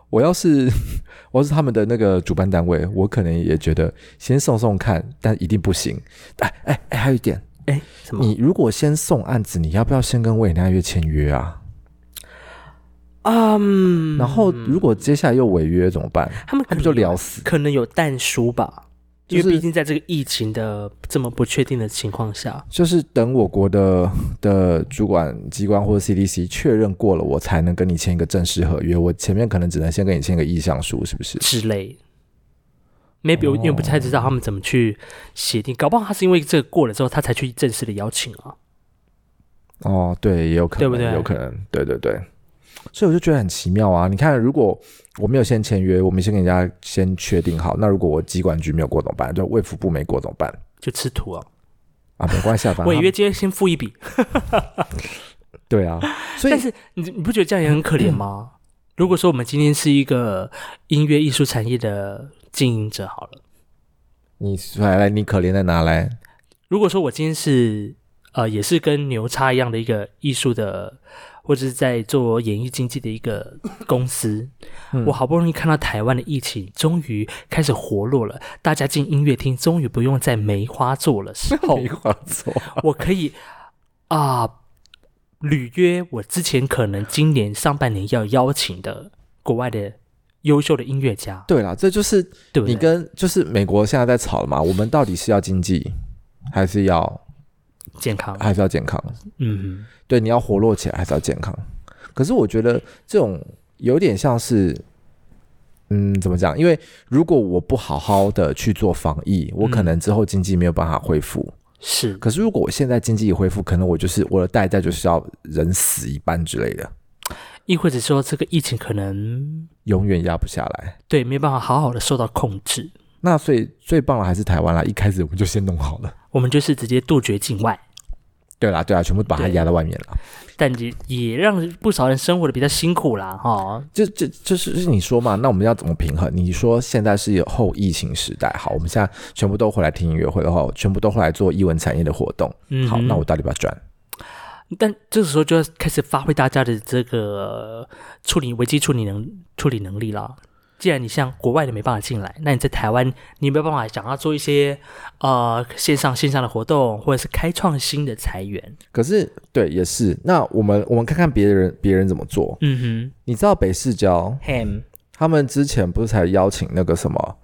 B: 我要是 我要是他们的那个主办单位，我可能也觉得先送送看，但一定不行。哎哎哎，还有一点，
A: 哎，什么
B: 你如果先送案子，你要不要先跟维也纳乐签约啊？
A: 嗯，
B: 然后如果接下来又违约怎么办？
A: 他们可能
B: 他们就聊死。
A: 可能有淡疏吧，因
B: 就
A: 为
B: 是
A: 毕竟在这个疫情的这么不确定的情况下，
B: 就是等我国的 的主管机关或者 CDC 确认过了，我才能跟你签一个正式合约。我前面可能只能先跟你签个意向书，是不是？
A: 之类。maybe 我因为不太
B: 哦
A: 知道他们怎么去协定，搞不好他是因为这个过了之后，他才去正式的邀请啊。
B: 哦，对，也有可
A: 对
B: 能，
A: 不对
B: 有可能，对对对。所以我就觉得很奇妙啊！你看，如果我没有先签约，我们先跟人家先确定好，那如果我机管局没有过怎么办？就卫福部没过怎么办？
A: 就吃土啊，
B: 啊，没关 系啊，反正
A: 违
B: 他
A: 约
B: 们
A: 金会先付一笔，
B: 对啊，所 以
A: 但是你你不觉得这样也很可怜 吗？如果说我们今天是一个音乐艺术产业的经营者好了，
B: 你来来，你可怜的拿 来，
A: 如果说我今天是呃，也是跟牛叉一样的一个艺术的，或者是在做演艺经济的一个公司，
B: 嗯
A: 我好不容易看到台湾的疫情终于开始活络了，大家进音乐厅终于不用再梅花座了 时候
B: 没，话说。
A: 我可以啊、履约我之前可能今年上半年要邀请的国外的优秀的音乐家，
B: 对啦，这就是
A: 对不对？
B: 你跟就是美国现在在吵了嘛，我们到底是要经济，还是要
A: 健康，
B: 还是要健康？
A: 嗯
B: 对，你要活络起来，还是要健康？可是我觉得这种有点像是，嗯，怎么讲？因为如果我不好好的去做防疫，我可能之后经济没有办法恢复。
A: 哼，是
B: 可是如果我现在经济一恢复，可能我就是我的代价就是要人死一半之类的。
A: 意味着说这个疫情可能
B: 永远压不下来。
A: 对没办法好好的受到控制，
B: 那所以最棒的还是台湾啦，一开始我们就先弄好了。
A: 我们就是直接杜绝境外，
B: 对啦，对啦，全部把它
A: 对
B: 压在外面了。
A: 但也也让不少人生活的比较辛苦啦，哈、
B: 就就就是就是你说嘛，那我们要怎么平衡？你说现在是有后疫情时代，好，我们现在全部都回来听音乐会的话，全部都回来做艺文产业的活动。
A: 嗯哼，
B: 好，那我到底要不要转？
A: 但这个时候就要开始发挥大家的这个处理危机处理能处理能力啦。既然你像国外的没办法进来，那你在台湾你有没有办法想要做一些呃线上线下的活动，或者是开创新的财源？
B: 可是对，也是。那我们我们看看别人别人怎么做。
A: 嗯
B: 你知道北市交
A: 哼，Ham，
B: 他们之前不是才邀请那个什么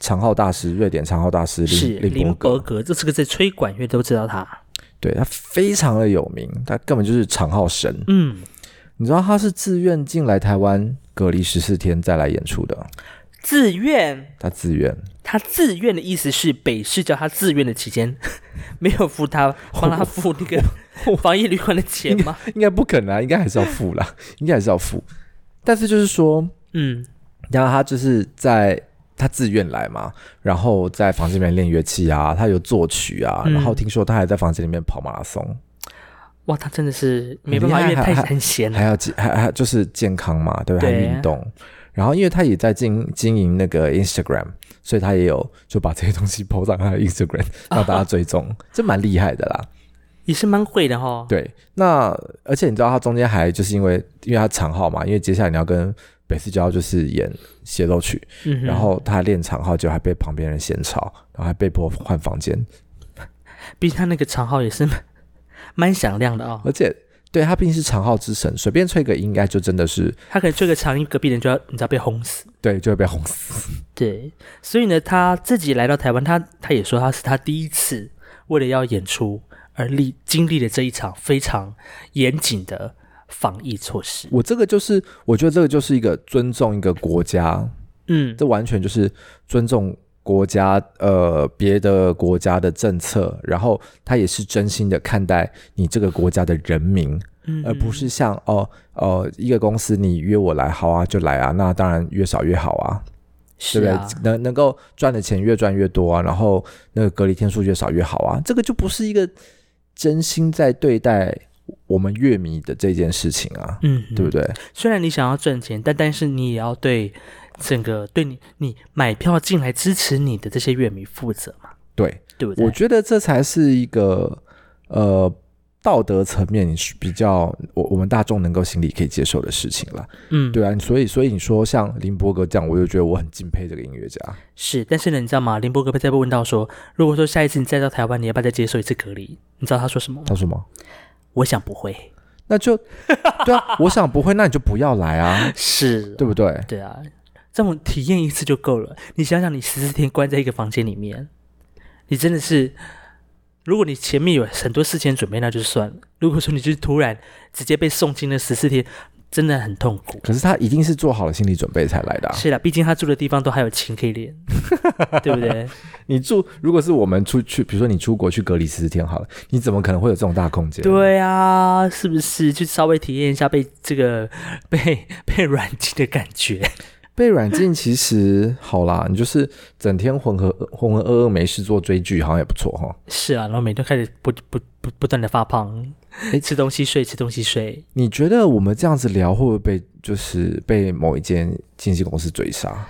B: 长号大师，瑞典长号大师
A: 是
B: 林
A: 林
B: 伯
A: 伯
B: 格，
A: 格，这是个在吹管乐都知道他。
B: 对他非常的有名，他根本就是长号神。
A: 嗯，
B: 你知道他是自愿进来台湾隔离十四天再来演出的，
A: 自愿，
B: 他自愿。
A: 他自愿的意思是北市叫他自愿的期间， 没有付他帮他付 那个防疫旅馆的钱吗？
B: 应该不可能啊，应该还是要付啦， 应该还是要付。但是就是说，
A: 嗯
B: 然后他就是在他自愿来嘛，然后在房间里面练乐器啊，他有作曲啊，
A: 嗯
B: 然后听说他还在房间里面跑马拉松，
A: 哇，他真的是没办法，因为
B: 很厉害
A: 太
B: 还
A: 很闲了。
B: 还要健还还就是健康嘛，对，还
A: 对
B: 运动。然后因为他也在经经营那个 Instagram，所以他也有就把这些东西 po 上他的 Instagram，让大家追踪，这蛮厉害的啦。
A: 也是蛮会的哦哈。
B: 对，那而且你知道他中间还就是因为因为他长号嘛，因为接下来你要跟北四交就是演协奏曲，
A: 嗯哼
B: 然后他练长号就还被旁边人嫌吵，然后还被迫换房间，
A: 毕竟他那个长号也是蛮响亮的哦，
B: 而且对他毕竟是长号之神，随便吹个音应该就真的是
A: 他可能吹个长音，隔壁人就要你知道被轰死。
B: 对就会被轰死。
A: 对，所以呢，他自己来到台湾，他他也说他是他第一次为了要演出而历经历了这一场非常严谨的防疫措施。
B: 我这个就是我觉得这个就是一个尊重一个国家，
A: 嗯，
B: 这完全就是尊重。国家呃，别的国家的政策，然后他也是真心的看待你这个国家的人民，
A: 嗯
B: 而不是像哦呃一个公司你约我来好啊就来啊，那当然越少越好啊，对
A: 是
B: 不对？
A: 啊，
B: 能能够赚的钱越赚越多啊，然后那个隔离天数越少越好啊，这个就不是一个真心在对待我们乐迷的这件事情啊，
A: 嗯，
B: 对不对？
A: 虽然你想要赚钱，但但是你也要对整个对你你买票进来支持你的这些乐迷负责嘛，
B: 对，
A: 对不对？
B: 我觉得这才是一个呃。道德层面你是比较我我们大众能够心里可以接受的事情了，
A: 嗯，
B: 对啊，所以所以你说像林伯格这样，我就觉得我很敬佩这个音乐家。
A: 是，但是呢，你知道吗？林伯格被再被问到说，如果说下一次你再到台湾，你要不要再接受一次隔离？你知道他说什么吗？
B: 他说什么？
A: 我想不会。
B: 那就对啊，我想不会，那你就不要来啊，
A: 是，
B: 对不对？
A: 对啊，这种体验一次就够了。你想想，你十四天关在一个房间里面，你真的是，如果你前面有很多事情准备，那就算了。如果说你就是突然直接被送进了十四天，真的很痛苦。
B: 可是他一定是做好了心理准备才来的、啊。
A: 是啦，毕竟他住的地方都还有情可以 练，对不
B: 啊
A: 对？
B: 你住，如果是我们出去，比如说你出国去隔离十四天好了，你怎么可能会有这种大空间？，
A: 对啊，是不是就稍微体验一下被这个 被被软禁的感觉？
B: 被软禁其实好啦，你就是整天浑浑浑浑噩噩没事做追剧，好像也不错哈。
A: 是啊，然后每天开始不不不不断的发胖，
B: 诶
A: 吃东西睡，吃东西睡。
B: 你觉得我们这样子聊会不会被就是被某一间经纪公司追杀，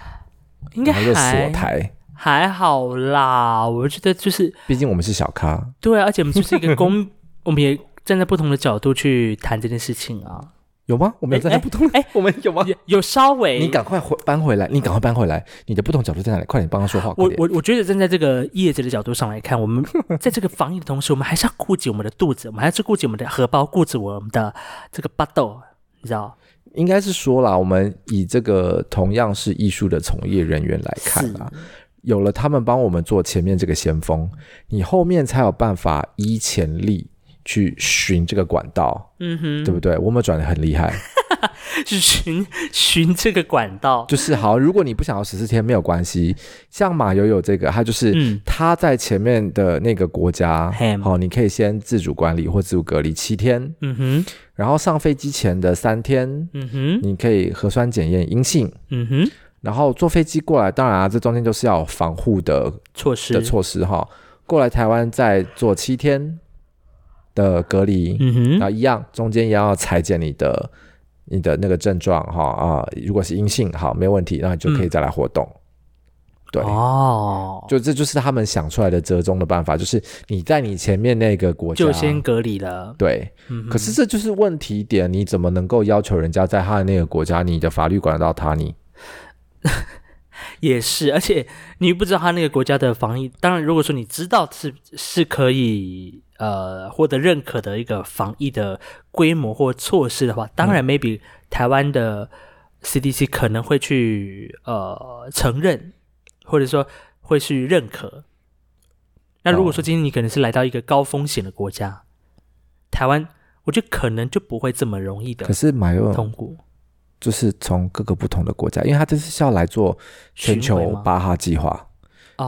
A: 应该
B: 然后就锁
A: 还
B: 台？
A: 还好啦，我觉得就是
B: 毕竟我们是小咖，
A: 对啊，而且我们就是一个 公，我们也站在不同的角度去谈这件事情啊。
B: 有吗？我们有站在不同，
A: 哎哎
B: 我们有吗？
A: 有有稍微，
B: 你赶快回搬回来，你赶快搬回来，你的不同角度在哪里？快点帮他说话。快
A: 我
B: 点
A: 我我觉得站在这个业者的角度上来看，我们在这个防疫的同时，我们还是要顾及我们的肚子，我们还是顾及我们的荷包，顾及我们的这个巴豆，你知道？
B: 应该是说啦，我们以这个同样是艺术的从业人员来看啦，有了他们帮我们做前面这个先锋，你后面才有办法依潜力去寻这个管道，
A: 嗯哼，
B: 对不对？我们转的很厉害，
A: 去寻寻这个管道。
B: 就是好，如果你不想要十四天没有关系，像马友友这个，他就是
A: 嗯，
B: 他在前面的那个国家，
A: 嘿
B: 好、你可以先自主管理或自主隔离七天，
A: 嗯哼，
B: 然后上飞机前的三天，
A: 嗯哼，
B: 你可以核酸检验阴性，
A: 嗯哼，
B: 然后坐飞机过来，当然啊，这中间就是要有防护的
A: 措施
B: 的。措施哈。过来台湾再做七天的隔离，
A: 嗯
B: 然
A: 哼，
B: 后一样，中间也要裁剪你的你的那个症状哈啊，如果是阴性，好，没问题，那你就可以再来活动。对，
A: 嗯哦，
B: 就这就是他们想出来的折中的办法，就是你在你前面那个国家
A: 就先隔离了。
B: 对，
A: 嗯哼
B: 可是这就是问题点，你怎么能够要求人家在他的那个国家，你的法律管得到他？你
A: 也是，而且你不知道他那个国家的防疫。当然，如果说你知道是是可以呃获得认可的一个防疫的规模或措施的话，当
B: 嗯
A: 然 maybe 台湾的 CDC 可能会去呃承认，或者说会去认可。那如果说今天你可能是来到一个高风险的国家，台湾，我觉得可能就不会这么容易的
B: 可是马友
A: 通过
B: 就是从各个不同的国家，因为他这次是要来做全
A: 巡
B: 球
A: 回吗
B: 巴哈计划，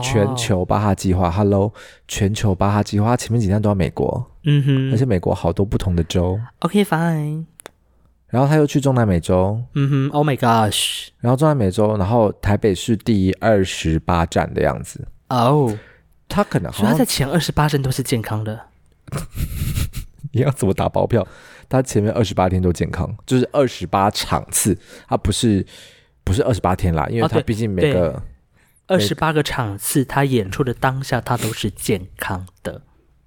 B: 全，
A: 哦
B: 球巴哈计划，Hello，全球巴哈计划，前面几站都要美国，
A: 嗯哼，
B: 而且美国好多不同的州，
A: OK fine，
B: 然后他又去中南美洲，
A: 嗯哼，Oh my gosh。
B: 然后中南美洲，然后台北是第二十八站的样子，
A: 哦，
B: 他可能好
A: 所以他
B: 像
A: 在前二十八针都是健康的。
B: 你要怎么打包票？他前面二十八天都健康，就是二十八场次，他不是不是二十八天啦，因为
A: 哦
B: 他
A: 对
B: 毕竟每个、
A: 二十八个场次，他演出的当下，他都是健康的，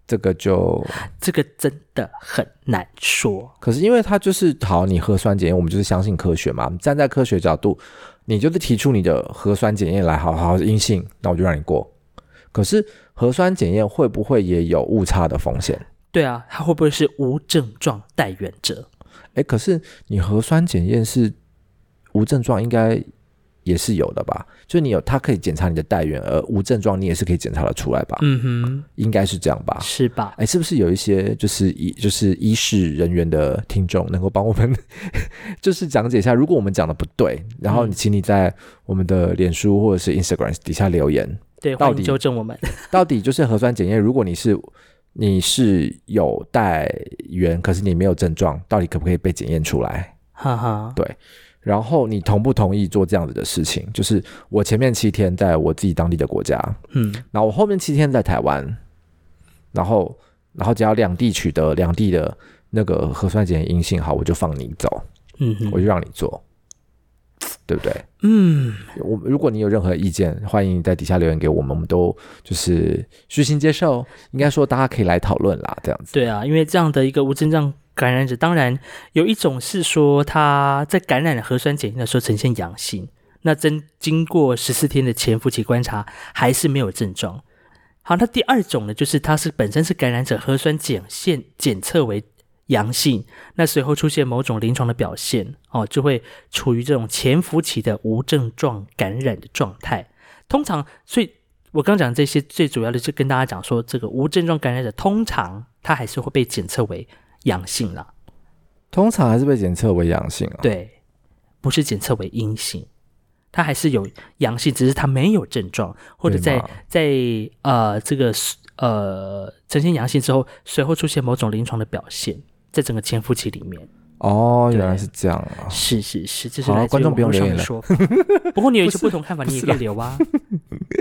B: 这个就，
A: 这个真的很难说。
B: 可是因为他就是好，你核酸检验，我们就是相信科学嘛，站在科学角度，你就是提出你的核酸检验来，好好是阴性，那我就让你过。可是核酸检验会不会也有误差的风险？
A: 对啊，他会不会是无症状带源者？
B: 哎，可是你核酸检验是无症状，应该也是有的吧？就你有，它可以检查你的带源，而无症状你也是可以检查的出来吧？
A: 嗯
B: 应该是这样吧
A: 哼，？是吧？
B: 哎，是不是有一些就是医就是医事人员的听众能够帮我们 就是讲解一下？如果我们讲的不对，然后
A: 嗯
B: 你请你在我们的脸书或者是 Instagram 底下留言，
A: 对，
B: 到
A: 欢
B: 底
A: 迎纠正我们。
B: 到底就是核酸检验，如果你是你是有带源，可是你没有症状，到底可不可以被检验出来？
A: 哈哈，
B: 然后你同不同意做这样子的事情？就是我前面七天在我自己当地的国家，
A: 嗯，
B: 然后我后面七天在台湾，然后然后只要两地取得两地的那个核酸检验阴性，好，我就放你走，
A: 嗯哼，
B: 我就让你做，对不对？
A: 嗯，
B: 我如果你有任何意见，欢迎在底下留言给我们，我们都就是虚心接受，应该说大家可以来讨论啦，这样子。
A: 对啊，因为这样的一个无症状感染者，当然有一种是说他在感染核酸检验的时候呈现阳性，那真经过十四天的潜伏期观察还是没有症状。好，那第二种呢，就是他是本身是感染者核酸检现检测为阳性，那随后出现某种临床的表现，哦，就会处于这种潜伏期的无症状感染的状态。通常，所以我刚讲这些，最主要的是跟大家讲说，这个无症状感染者通常他还是会被检测为阳性啦，
B: 通常还是被检测为阳性啊。
A: 对，不是检测为阴性，他还是有阳性，只是他没有症状，或者
B: 对
A: 在
B: 嘛
A: 在呃这个呃呈现阳性之后，随后出现某种临床的表现。在整个潜伏期里面，
B: 哦，原来
A: 对
B: 是这样啊。
A: 是是是，这是
B: 好
A: 来自
B: 观
A: 于
B: 众
A: 网
B: 不用
A: 络上的
B: 留言了
A: 说法。 不过你有一些不同看法，你也可以留啊，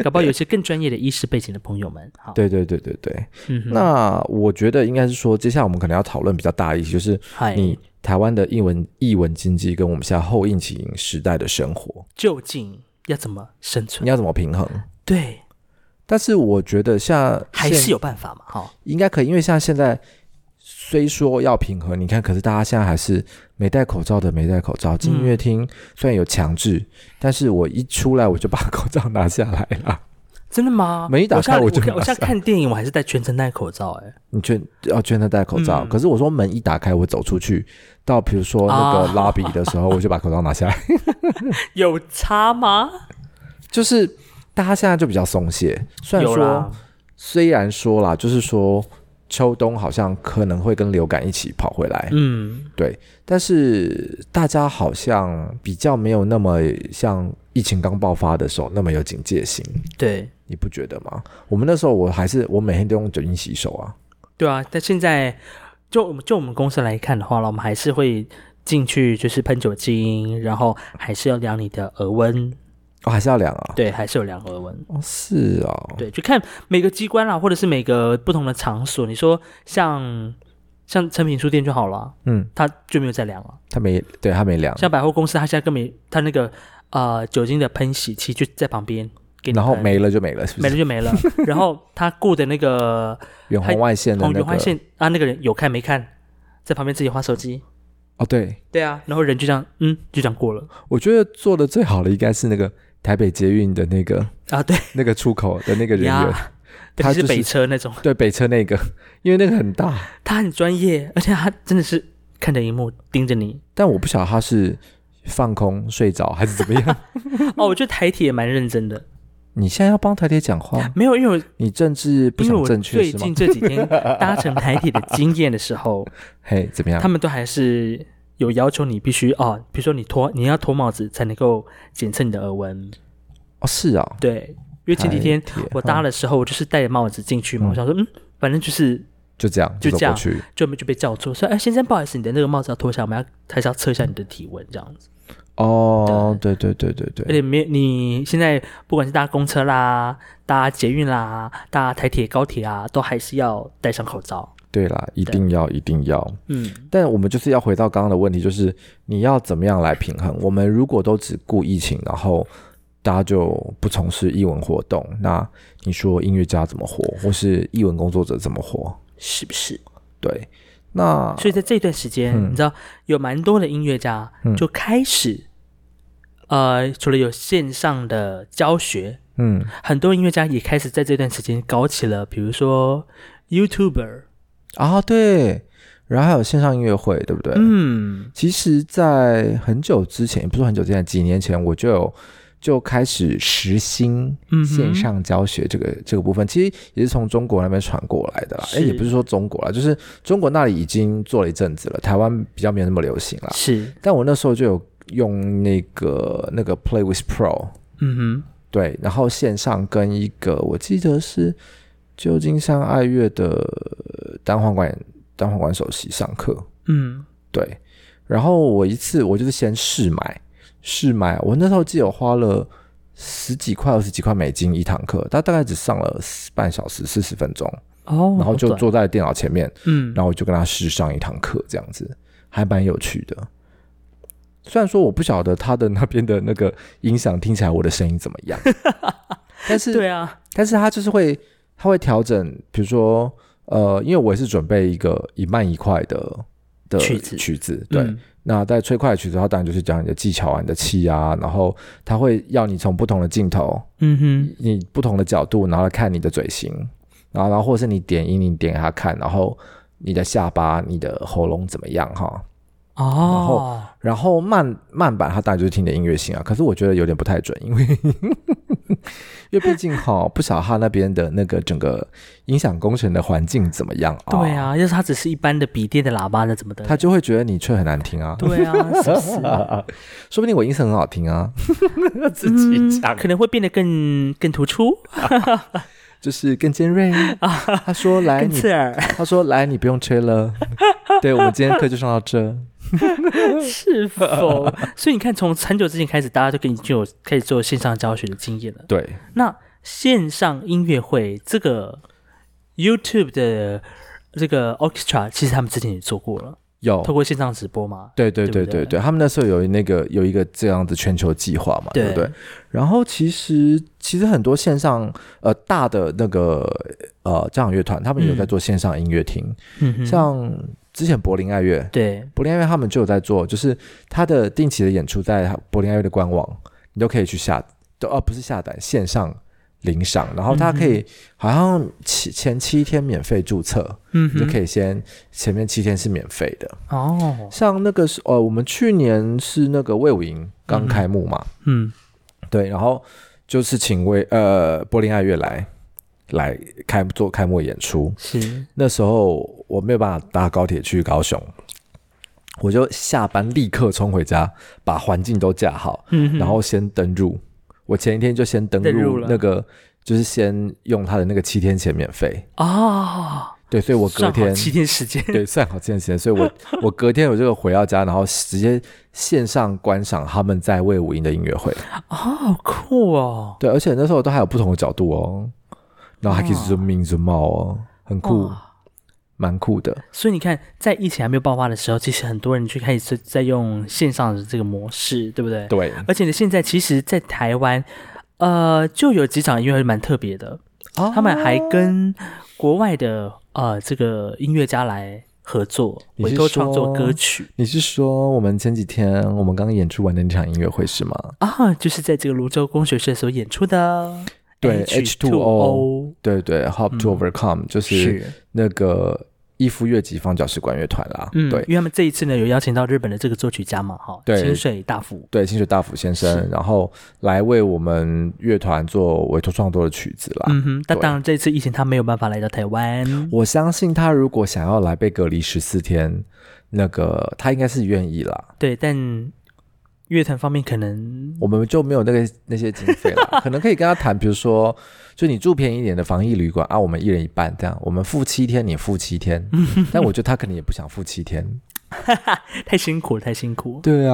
A: 搞不好有一些更专业的医师背景的朋友们，好，
B: 对对对对对。
A: 嗯哼，
B: 那我觉得应该是说，接下来我们可能要讨论比较大的议题，就是
A: 嗨，
B: 你台湾的译文译文经济跟我们现在后疫情时代的生活，
A: 究竟要怎么生存？
B: 你要怎么平衡？
A: 对，
B: 但是我觉得像
A: 还是
B: 现
A: 有办法嘛，哈、
B: 应该可以，因为像现在虽说要平衡，你看，可是大家现在还是没戴口罩的没戴口罩，
A: 嗯
B: 进音乐厅虽然有强制，但是我一出来我就把口罩拿下来 了。
A: 真的吗？
B: 门一打开
A: 我
B: 我就
A: 现在我看
B: 马
A: 我现
B: 上
A: 在看电影，我还是戴全程戴口罩、哎，
B: 你劝要劝他戴口罩，
A: 嗯
B: 可是我说门一打开，我走出去到比如说那个
A: 啊
B: lobby 的时候，我就把口罩拿下来。
A: 有差吗？
B: 就是大家现在就比较松懈，虽然
A: 有啦
B: 说，虽然说啦，就是说秋冬好像可能会跟流感一起跑回来，
A: 嗯，
B: 但是大家好像比较没有那么像疫情刚爆发的时候那么有警戒心，
A: 对，
B: 你不觉得吗？我们那时候我还是我每天都用酒精洗手啊，
A: 对啊。但现在就我们就我们公司来看的话了，我们还是会进去就是喷酒精，然后还是要量你的额温，
B: 哦，还是要量啊。
A: 对，还是有量额温。
B: 哦，是啊、哦，
A: 对，就看每个机关啦，或者是每个不同的场所。你说像像成品书店就好了，
B: 嗯，
A: 它就没有再量了。
B: 他没对他没量，
A: 像百货公司，它现在根本它那个呃酒精的喷洗器就在旁边给你喷，
B: 然后没了就没了，是不
A: 没
B: 是
A: 了？就 没了。然后他雇的那个
B: 远红外线的
A: 红
B: 那
A: 圆
B: 个
A: 环线啊，那个人有看没看，在旁边自己划手机。
B: 哦，对，
A: 对啊，然后人就这样，嗯，就这样过了
B: 我觉得做的最好的应该是那个台北捷运的那个
A: 啊。对，
B: 那个出口的那个人员，
A: 呀，特别
B: 他
A: 是
B: 就是
A: 北车那种，
B: 对北车那个，因为那个很大，
A: 他很专业，而且他真的是看着荧幕盯着你。
B: 但我不晓得他是放空睡着还是怎 么样。
A: 哦，我觉得台铁也蛮认真的，
B: 你现在要帮台铁讲话，
A: 没有，因为我
B: 你政治不
A: 因为
B: 想
A: 我
B: 正确
A: 最
B: 是吗
A: 近？这几天搭乘台铁的经验的时候，
B: 嘿，怎么样
A: 他？们都还是有要求你必须哦，比如说你脱你要脱帽子才能够检测你的耳温，
B: 哦，是啊，
A: 对，因为前几天
B: 台铁
A: 我搭
B: 嗯
A: 的时候，我就是戴着帽子进去嘛，我想说嗯，反正就是
B: 就这样，
A: 就
B: 走
A: 这样
B: 过去。
A: 就没就被叫住，说哎先生不好意思，你的那个帽子要脱下，我们要还是要测一下你的体温这样子，
B: 哦，对对对对
A: 而
B: 对，
A: 且没你现在不管是搭公车啦、搭捷运啦、搭台铁、高铁啊，都还是要戴上口罩，
B: 对啦，一
A: 对
B: 定要一定要。
A: 嗯。
B: 但我们就是要回到刚刚的问题，就是你要怎么样来平衡？我们如果都只顾疫情，然后大家就不从事艺文活动，那你说音乐家怎么活，或是艺文工作者怎么活？
A: 是不是？
B: 对，那
A: 所以在这段时间，
B: 啊嗯
A: 你知道有蛮多的音乐家
B: 嗯
A: 就开始，呃，除了有线上的教学，
B: 嗯，
A: 很多音乐家也开始在这段时间搞起了，比如说 YouTuber，
B: 啊对，然后还有线上音乐会，对不对？
A: 嗯，
B: 其实，在很久之前，也不是很久之前，几年前我就有就开始实行
A: 嗯哼
B: 线上教学这个、这个部分，其实也是从中国那边传过来的啦。
A: 是
B: 哎，也不是说中国啦，就是中国那里已经做了一阵子了，台湾比较没有那么流行啦。
A: 嗯是，
B: 但我那时候就有用那个那个 Play with Pro，
A: 嗯
B: 对，然后线上跟一个我记得是旧金山爱乐的单簧管单簧管首席上课，
A: 哼，嗯，
B: 对，然后我一次我就是先试买，试买，我那时候记得我花了十几块、二十几块美金一堂课，他大概只上了半小时、四十分钟，
A: 哦，
B: 然后就
A: 好短，
B: 坐在电脑前面，
A: 嗯，
B: 然后我就跟他试上一堂课，这样子还蛮有趣的。虽然说我不晓得他的那边的那个音响听起来我的声音怎么 样，但是
A: 对啊，
B: 但是他就是会，他会调整，比如说，呃，因为我也是准备一个一慢一快的的
A: 曲子
B: 曲子对。
A: 嗯
B: 那在吹快的曲子，它当然就是讲你的技巧啊、你的气啊，然后他会要你从不同的镜头、
A: 嗯哼，
B: 你不同的角度，然后来看你的嘴型，然后然后或者是你点音，你点给他看，然后你的下巴、你的喉咙怎么样哈。
A: 哦，
B: 然后慢慢版，它当然就是听你的音乐性啊。可是我觉得有点不太准，因为 因为毕竟哈、不晓得他那边的那个整个音响工程的环境怎么样啊。
A: 对，啊，要是它只是一般的笔电的喇叭，那怎么 的？
B: 他就会觉得你吹很难听 啊。
A: 对啊，是不是？
B: 说不定我音色很好听 啊，自己讲、
A: 可能会变得更更突出、
B: 就是更尖 锐。他说来
A: 更
B: 哎你，
A: 啊刺耳，
B: 他说来你不用 吹了。对，我们今天课就上到这。
A: 是否？所以你看，从很久之前开始，大家就跟已经有开始做线上教学的经验了。
B: 对，
A: 那线上音乐会这个 YouTube 的这个 Orchestra，其实他们之前也做过了，
B: 有
A: 透过线上直播嘛。
B: 对对对
A: 对不
B: 对
A: 对
B: 对，他们那时候有那个有一个这样子全球计划嘛，对
A: 对
B: 不对？然后其实其实很多线上呃大的那个呃交响乐团，他们有在做线上音乐厅，
A: 嗯哼，
B: 像之前柏林爱乐，
A: 对，
B: 柏林爱乐他们就有在做，就是他的定期的演出在柏林爱乐的官网，你都可以去下，都哦不是下载线上。领赏，然后他可以好像七前七天免费注册，
A: 嗯
B: 你就
A: 哼，
B: 可以先前面七天是免费的，
A: 哦，
B: 像那个是呃，我们去年是那个魏武营刚开幕嘛，
A: 嗯，
B: 对，然后就是请魏呃柏林爱乐来，来开做开幕演出。
A: 是
B: 那时候我没有办法搭高铁去高雄，我就下班立刻冲回家，把环境都架好，
A: 嗯哼
B: 然后先登入。我前一天就先登
A: 登入
B: 入
A: 了
B: 那个，就是先用他的那个七天前免费。
A: 哦，
B: 对，所以我隔
A: 算好
B: 天
A: 七天时间，
B: 对算好这件事情，所 以我我隔天我就回到家，然后直接线上观赏他们在魏武营的音乐会。
A: 哦，好酷哦，
B: 对，而且那时候都还有不同的角度哦，然后还可以
A: 哇
B: zoom in zoom out 哦，很酷
A: 哇，
B: 蛮酷的。
A: 所以你看，在疫情还没有爆发的时候，其实很多人就开始在用线上的这个模式，对不对？
B: 对，
A: 而且呢，现在其实，在台湾，呃，就有几场音乐会蛮特别的，
B: 啊
A: 他们还跟国外的呃这个音乐家来合作，
B: 你是
A: 委托创作
B: 说
A: 歌曲
B: 你是说我们前几天我们刚刚演出完的那场音乐会是吗？
A: 啊，就是在这个泸州工学社所演出的。
B: 对
A: H2O
B: 对对，Hop to Overcome、就是
A: 是，
B: 那个一夫乐集方角石管乐团啦。
A: 嗯，
B: 对
A: 因为他们这一次呢有邀请到日本的这个作曲家嘛，哈，
B: 对
A: 清水大辅，
B: 对，清水大辅先生，然后来为我们乐团做委托创作的曲子啦。
A: 嗯哼，那
B: 啊对
A: 当然这次疫情他没有办法来到台湾，
B: 我相信他如果想要来被隔离十四天，那个他应该是愿意啦。
A: 对，但乐团方面可能
B: 我们就没有那个那些经费 了，可能可以跟他谈，比如说，就你住便宜一点的防疫旅馆啊，我们一人一半这样，我们付七天，你付七 天。但我觉得他可能也不想付七天。
A: 太辛苦了，太辛苦。
B: 对啊，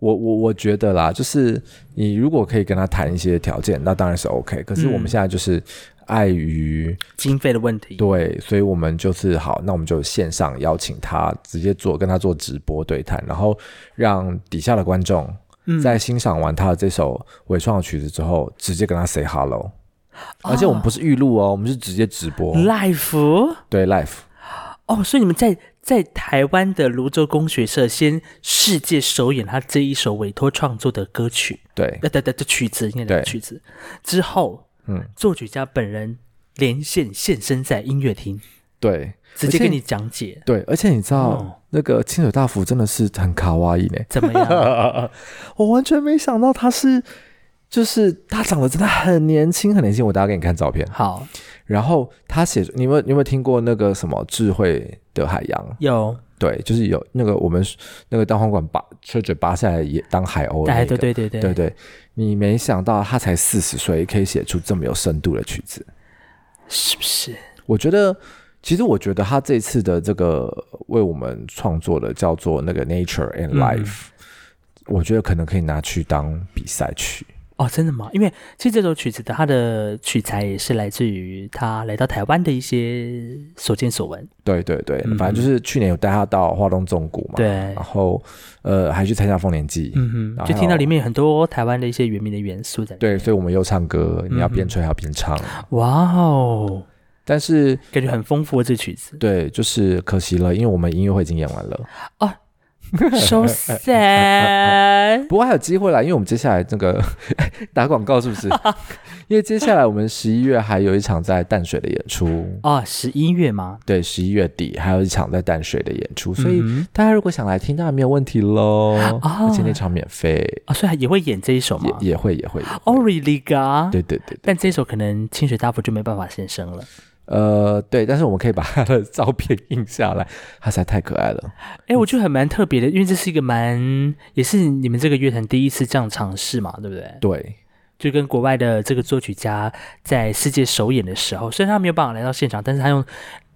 B: 我我我觉得啦，就是你如果可以跟他谈一些条件，那当然是 OK。可是我们
A: 嗯
B: 现在就是碍于、
A: 经费的问题。
B: 对，所以我们就是好，那我们就线上邀请他，直接做跟他做直播对谈，然后让底下的观众
A: 嗯
B: 在欣赏完他的这首伪创的曲子之后，直接跟他 say
A: 哦
B: hello。而且我们不是预录哦，我们是直接直播，
A: Life
B: 对 live。
A: 哦，所以你们在在台湾的泸州工学社先世界首演他这一首委托创作的歌曲，
B: 对
A: 呃，对对，这曲子应该的
B: 对
A: 曲子之后，
B: 嗯，
A: 作曲家本人连线现身在音乐厅，
B: 对
A: 直接跟你讲解
B: 对，而且你知道、
A: 哦
B: 那个清水大福真的是很卡哇伊呢，
A: 怎么样。
B: 我完全没想到他是，就是他长得真的很年轻，很年轻。我等下给你看照片。
A: 好，
B: 然后他写，你有没有你有没有听过那个什么智慧的海洋？
A: 有
B: 对，就是有那个我们那个当黄管拔车嘴拔下来也当海鸥的、那
A: 哎，
B: 个
A: 对对对对
B: 对对你没想到他才四十岁，可以写出这么有深度的曲子。
A: 是不是？
B: 我觉得，其实我觉得他这次的这个为我们创作的叫做那个 Nature and
A: 嗯
B: Life，、我觉得可能可以拿去当比赛去。
A: 哦，真的吗？因为其实这首曲子的它的取材也是来自于他来到台湾的一些所见所闻。
B: 对对对，
A: 嗯
B: 反正就是去年有带他到华东纵谷嘛，
A: 对
B: 然，后呃还去参加丰年祭，
A: 嗯
B: 然
A: 哼，
B: 后
A: 就听到里面有很多台湾的一些原民的元素在里面。
B: 对，所以我们又唱歌，你要
A: 嗯哼
B: 边吹还要边唱，
A: 哇哦，
B: 但是，
A: 感觉很丰富的这曲子
B: 对，就是可惜了，因为我们音乐会已经演完了，
A: so sad。
B: 不过还有机会啦，因为我们接下来那个 打广告是不是？ 因为接下来我们十一月还有一场在淡水的演出，
A: 哦，十一月嘛，
B: 对，十一月底还有一场在淡水的演出，所以
A: 嗯哼
B: 大家如果想来听，当然没有问题喽，
A: 啊
B: 而且那场免费，
A: 哦，所以也会演这一首嘛。
B: 也也会也会，也会
A: o r e l y g a
B: 对对对对。
A: 但这首可能清水大佛就没办法现身了。
B: 呃，对，但是我们可以把他的 照片印下来，他实在太可爱了。
A: 哎，我觉得很蛮特别的，因为这是一个蛮，也是你们这个乐团第一次这样尝试嘛，对不对？
B: 对，
A: 就跟国外的这个作曲家在世界首演的时候，虽然他没有办法来到现场，但是他用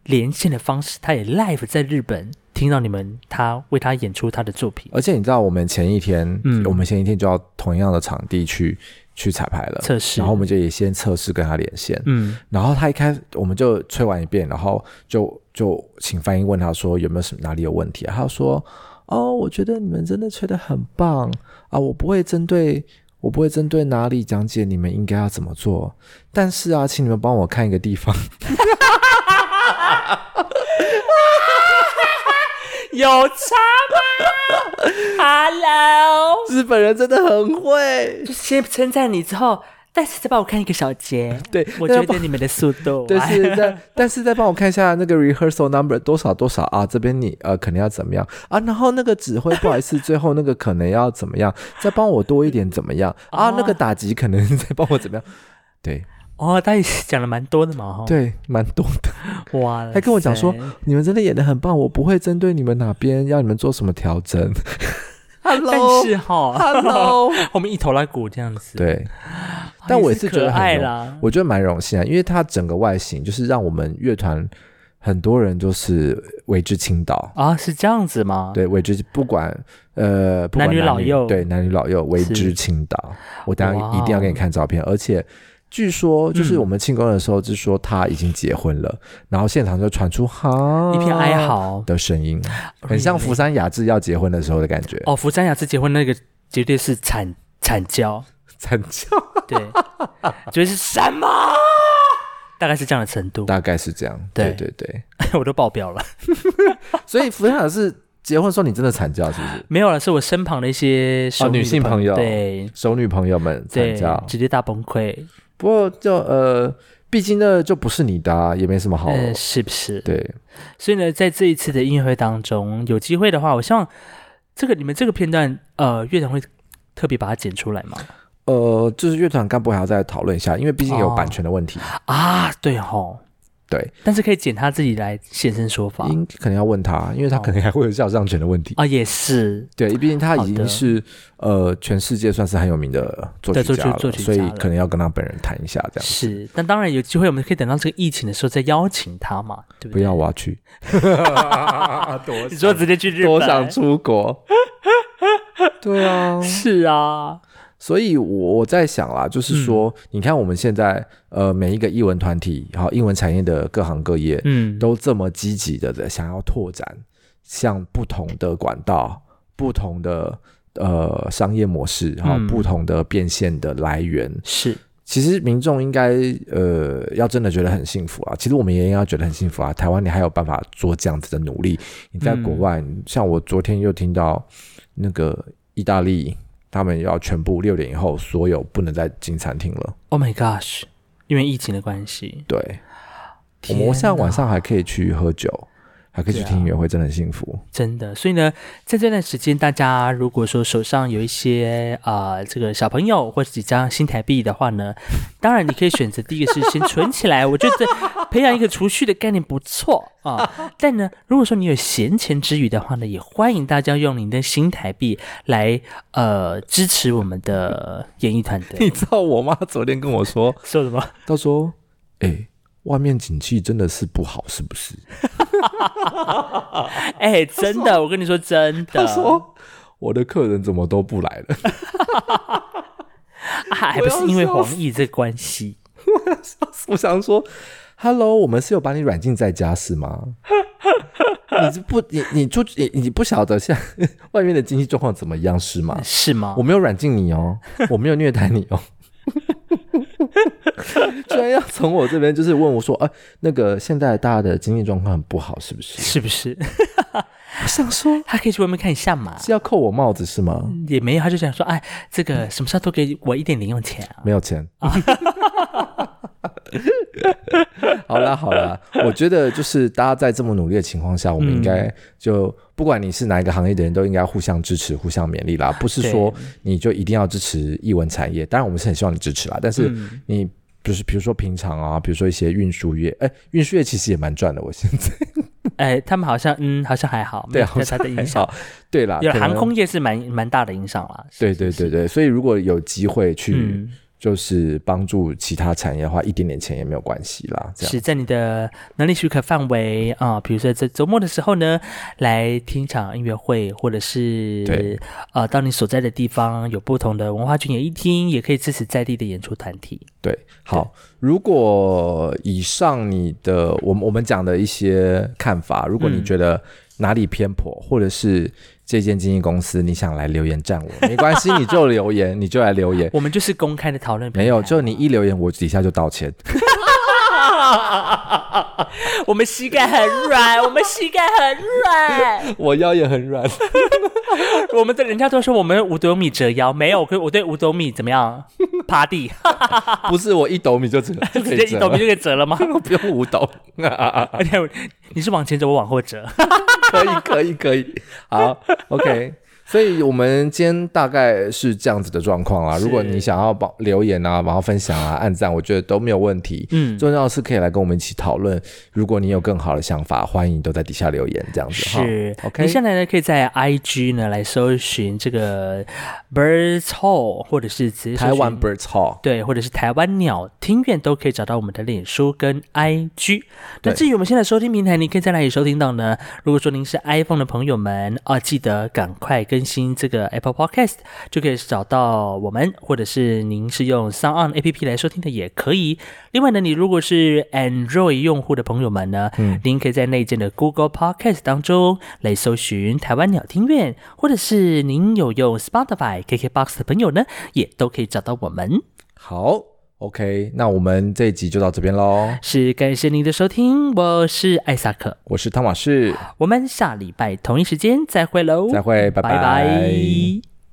A: 连线的方式，他也 live 在日本听到你们他为他演出他的作品
B: 而且你知道，我们前一天，
A: 嗯
B: 我们前一天就要同样的场地去去彩排了，
A: 测试。
B: 然后我们就也先测试跟他连线，
A: 嗯，
B: 然后他一开我们就吹完一遍，然后就就请翻译问他说有没有什么哪里有问题、啊，他说哦，我觉得你们真的吹得很棒啊，我不会针对我不会针对哪里讲解你们应该要怎么做，但是啊，请你们帮我看一个地方。
A: 有差吗？Hello，
B: 日本人真的很会，
A: 就是先称赞你之后，但是再帮我看一个小节，
B: 对，
A: 我
B: 但
A: 觉
B: 是帮
A: 得你们的速度，
B: 但是在但是再帮我看一下那个 rehearsal number 多少多少啊，这边你呃可能要怎么样啊，然后那个指挥不好意思，最后那个可能要哦 怎么样，再帮我多一点怎么样啊，那个打击可能再帮我怎么样，对，
A: 哦，他也是讲了蛮多的嘛，哈。，
B: 对，蛮多的。
A: 哇塞，
B: 他跟我讲说你们真的演的很棒，我不会针对你们哪边要你们做什么调整。
A: 但
B: Hello，
A: 是哈，
B: Hello，
A: 后面一头拉骨这样子。
B: 对，
A: 啊，
B: 但我
A: 也
B: 也是觉
A: 可
B: 得很
A: 爱
B: 有
A: 啦。
B: 我觉得蛮荣幸啊，因为它整个外形就是让我们乐团很多人就是为之倾倒。
A: 啊，是这样子吗？，
B: 对，为之不管呃，不管
A: 男女老幼
B: 对男女老幼为
A: 是
B: 之倾倒。我当
A: 哇
B: 然
A: 哦
B: 一定要给你看照片，而且据说就是
A: 嗯
B: 我们庆功的时候，就说他已经结婚了，然后现场就传出哈
A: 一片哀嚎，
B: 的声音，很像福山雅治要结婚的时候的感觉。
A: 哦，福山雅治结婚那个绝对是惨惨叫，
B: 惨叫，
A: 对，绝对是什么？大概是这样的程度，
B: 大概是这样。
A: 对
B: 对对对，
A: 我都爆表了。
B: 所以福山雅治结婚的时候，你真的惨叫是不是？
A: 没有了，是我身旁的一些熟
B: 哦女
A: 的
B: 性朋友
A: 对
B: 熟女朋友们惨
A: 对
B: 叫，，
A: 直接大崩溃，
B: 不过就呃，毕竟那就不是你的、啊，也没什么好。
A: 嗯，是不是？
B: 对，
A: 所以呢，在这一次的音乐会当中，有机会的话，我希望这个你们这个片段，呃，乐团会特别把它剪出来嘛？
B: 呃，就是乐团干部还要再讨论一下，因为毕竟有
A: 哦
B: 版权的问题，
A: 啊，对吼，
B: 对，
A: 但是可以剪他自己来现身说法
B: 哦应可能要问他，因为他可能还会有肖像权的问题。
A: 啊，也是
B: 对，毕竟他已
A: 好的
B: 经是呃全世界算是很有名的作曲
A: 对作曲
B: 家了，
A: 作曲家
B: 所以
A: 了
B: 可能要跟他本人谈一下，这样
A: 是，但当然有机会，我们可以等到这个疫情的时候再邀请他嘛，对
B: 不
A: 对？
B: 要我 要去，多
A: 你说直接去日
B: 多
A: 本，
B: 想出国。对 啊，
A: 是啊，
B: 所以我我在想啦，就是说，
A: 嗯
B: 你看我们现在呃每一个艺文团体，还有英文产业的各行各业，
A: 嗯，
B: 都这么积极的想要拓展，向不同的管道、不同的呃商业模式，还有
A: 嗯
B: 不同的变现的来源。
A: 是
B: 其实民众应该呃要真的觉得很幸福啊，其实我们也应该觉得很幸福啊。台湾你还有办法做这样子的努力，你在国外，像我昨天又听到那个意大利，他们要全部六点以后所有不能再进餐厅了。
A: ，Oh my gosh，因为疫情的关系，
B: 对，我们现在
A: 天哪
B: 晚上还可以去喝酒，还可以去
A: 对啊
B: 听音乐会，真的很幸福。
A: 真的，所以呢，在这段时间，大家如果说手上有一些啊、呃这个小朋友或者几张新台币的话呢，当然你可以选择第一个是先存起来，我觉得培养一个储蓄的概念不错啊。但呢，如果说你有闲钱之余的话呢，也欢迎大家用您的新台币来呃支持我们的演艺团队。
B: 你知道我妈昨天跟我说，
A: 说什么？
B: 她说：“哎、外面景气真的是不好，是不是
A: 哎、真的，我跟你说真？”的，
B: 她说：“我的客人怎么都不来了
A: 啊还不是因为
B: 我要笑
A: 黄奕这个关系。？”
B: 我想说：“Hello，我们是有把你软禁在家是吗？ 你是不你你出你你不晓得现在 外面的经济状况怎么样是吗？
A: 是吗？
B: 我没有软禁你 哦，我没有虐待 你哦。”居然要从我这边就是问我说，哎、那个现在大家的经济状况很不好，是不是？
A: 是不是？
B: 我想说，
A: 他可以去外面看一下嘛。
B: 是要扣我帽子是吗？
A: 也没有，他就想说，哎，这
B: 嗯
A: 个什么时候都给我一点零用钱啊？
B: 没有钱。 好啦好啦，我觉得就是大家在这么努力的情况下，我们应
A: 嗯
B: 该就不管你是哪一个行业的人，都应该互相支持、互相勉励啦。不是说你就一定要支持艺文产业，当然我们是很希望你支持啦，但
A: 嗯
B: 是你。就是比如说平常啊，比如说一些运输业，哎，运输业其实也蛮赚的。我现在
A: 哎，他们好像，嗯，好像还好，没
B: 对
A: 有
B: 啊，好
A: 太大
B: 像
A: 的
B: 还
A: 影响。
B: 好，对啦，
A: 有
B: 可能
A: 航空业是蛮蛮大的影响啦。
B: 对对对对，所以如果有机会去
A: 嗯，
B: 就是帮助其他产业的话，一点点钱也没有关系啦。这样
A: 是在你的能力许可范围啊、比如说在周末的时候呢，来听一场音乐会，或者是
B: 对
A: 呃，到你所在的地方有不同的文化圈演艺厅，也可以支持在地的演出团体。
B: 对，好，如果以上你的我们我们讲的一些看法，如果你
A: 嗯
B: 觉得哪里偏颇，或者是这间经纪公司你想来留言站我，没关系，你就留言，你就来留言，
A: 我们就是公开的讨论平台，
B: 没有，就你一留言，我底下就道歉。
A: 我们膝盖很软，我们膝盖很软。
B: 我腰也很软，
A: 我们的人家都说我们五斗米折腰，没有，我可我对五斗米怎么 样？趴地，
B: 不是我一斗米就折，就可
A: 直
B: 以
A: 接
B: 折
A: 一斗米就给折了吗？哎
B: 了 不用五 斗，
A: 而 且你是往前折，我往后折。
B: 可以可以可以，好，OK。所以我们今天大概是这样子的状况啦。
A: 是
B: 如果你想要帮留言啊，然后分 享啊、按赞，我觉得都没有问题。
A: 嗯，
B: 重要的是可以来跟我们一起讨论。如果你有更好的想法，欢迎都在底下留言，这样子哈。
A: 是
B: OK
A: 你现在呢可以在 IG 呢来搜寻这个 Birds Hall，或者是直接搜
B: 台
A: 寻
B: 湾 Birds Hall，
A: 对，或者是台湾鸟听院都可以找到我们的脸书跟 IG。那
B: 对
A: 至于我们现在收听平台，你可以在哪里收听到呢？如果说您是 iPhone 的朋友们啊，记得赶快更新这个 Apple Podcast，就可以找到我们；或者是您是用 Sound On APP 来收听的也可以。另外呢，你如果是 Android 用户的朋友们呢，您可以在内建的 Google Podcast 当中来搜寻台湾鸟听院，或者是您有用 Spotify、KKBox 的朋友呢，也都可以找到我们。
B: 好，OK，那我们这一集就到这边喽。
A: 是感谢您的收听，我是艾萨克，
B: 我是汤马士，
A: 我们下礼拜同一时间再会喽，
B: 再会，拜
A: 拜拜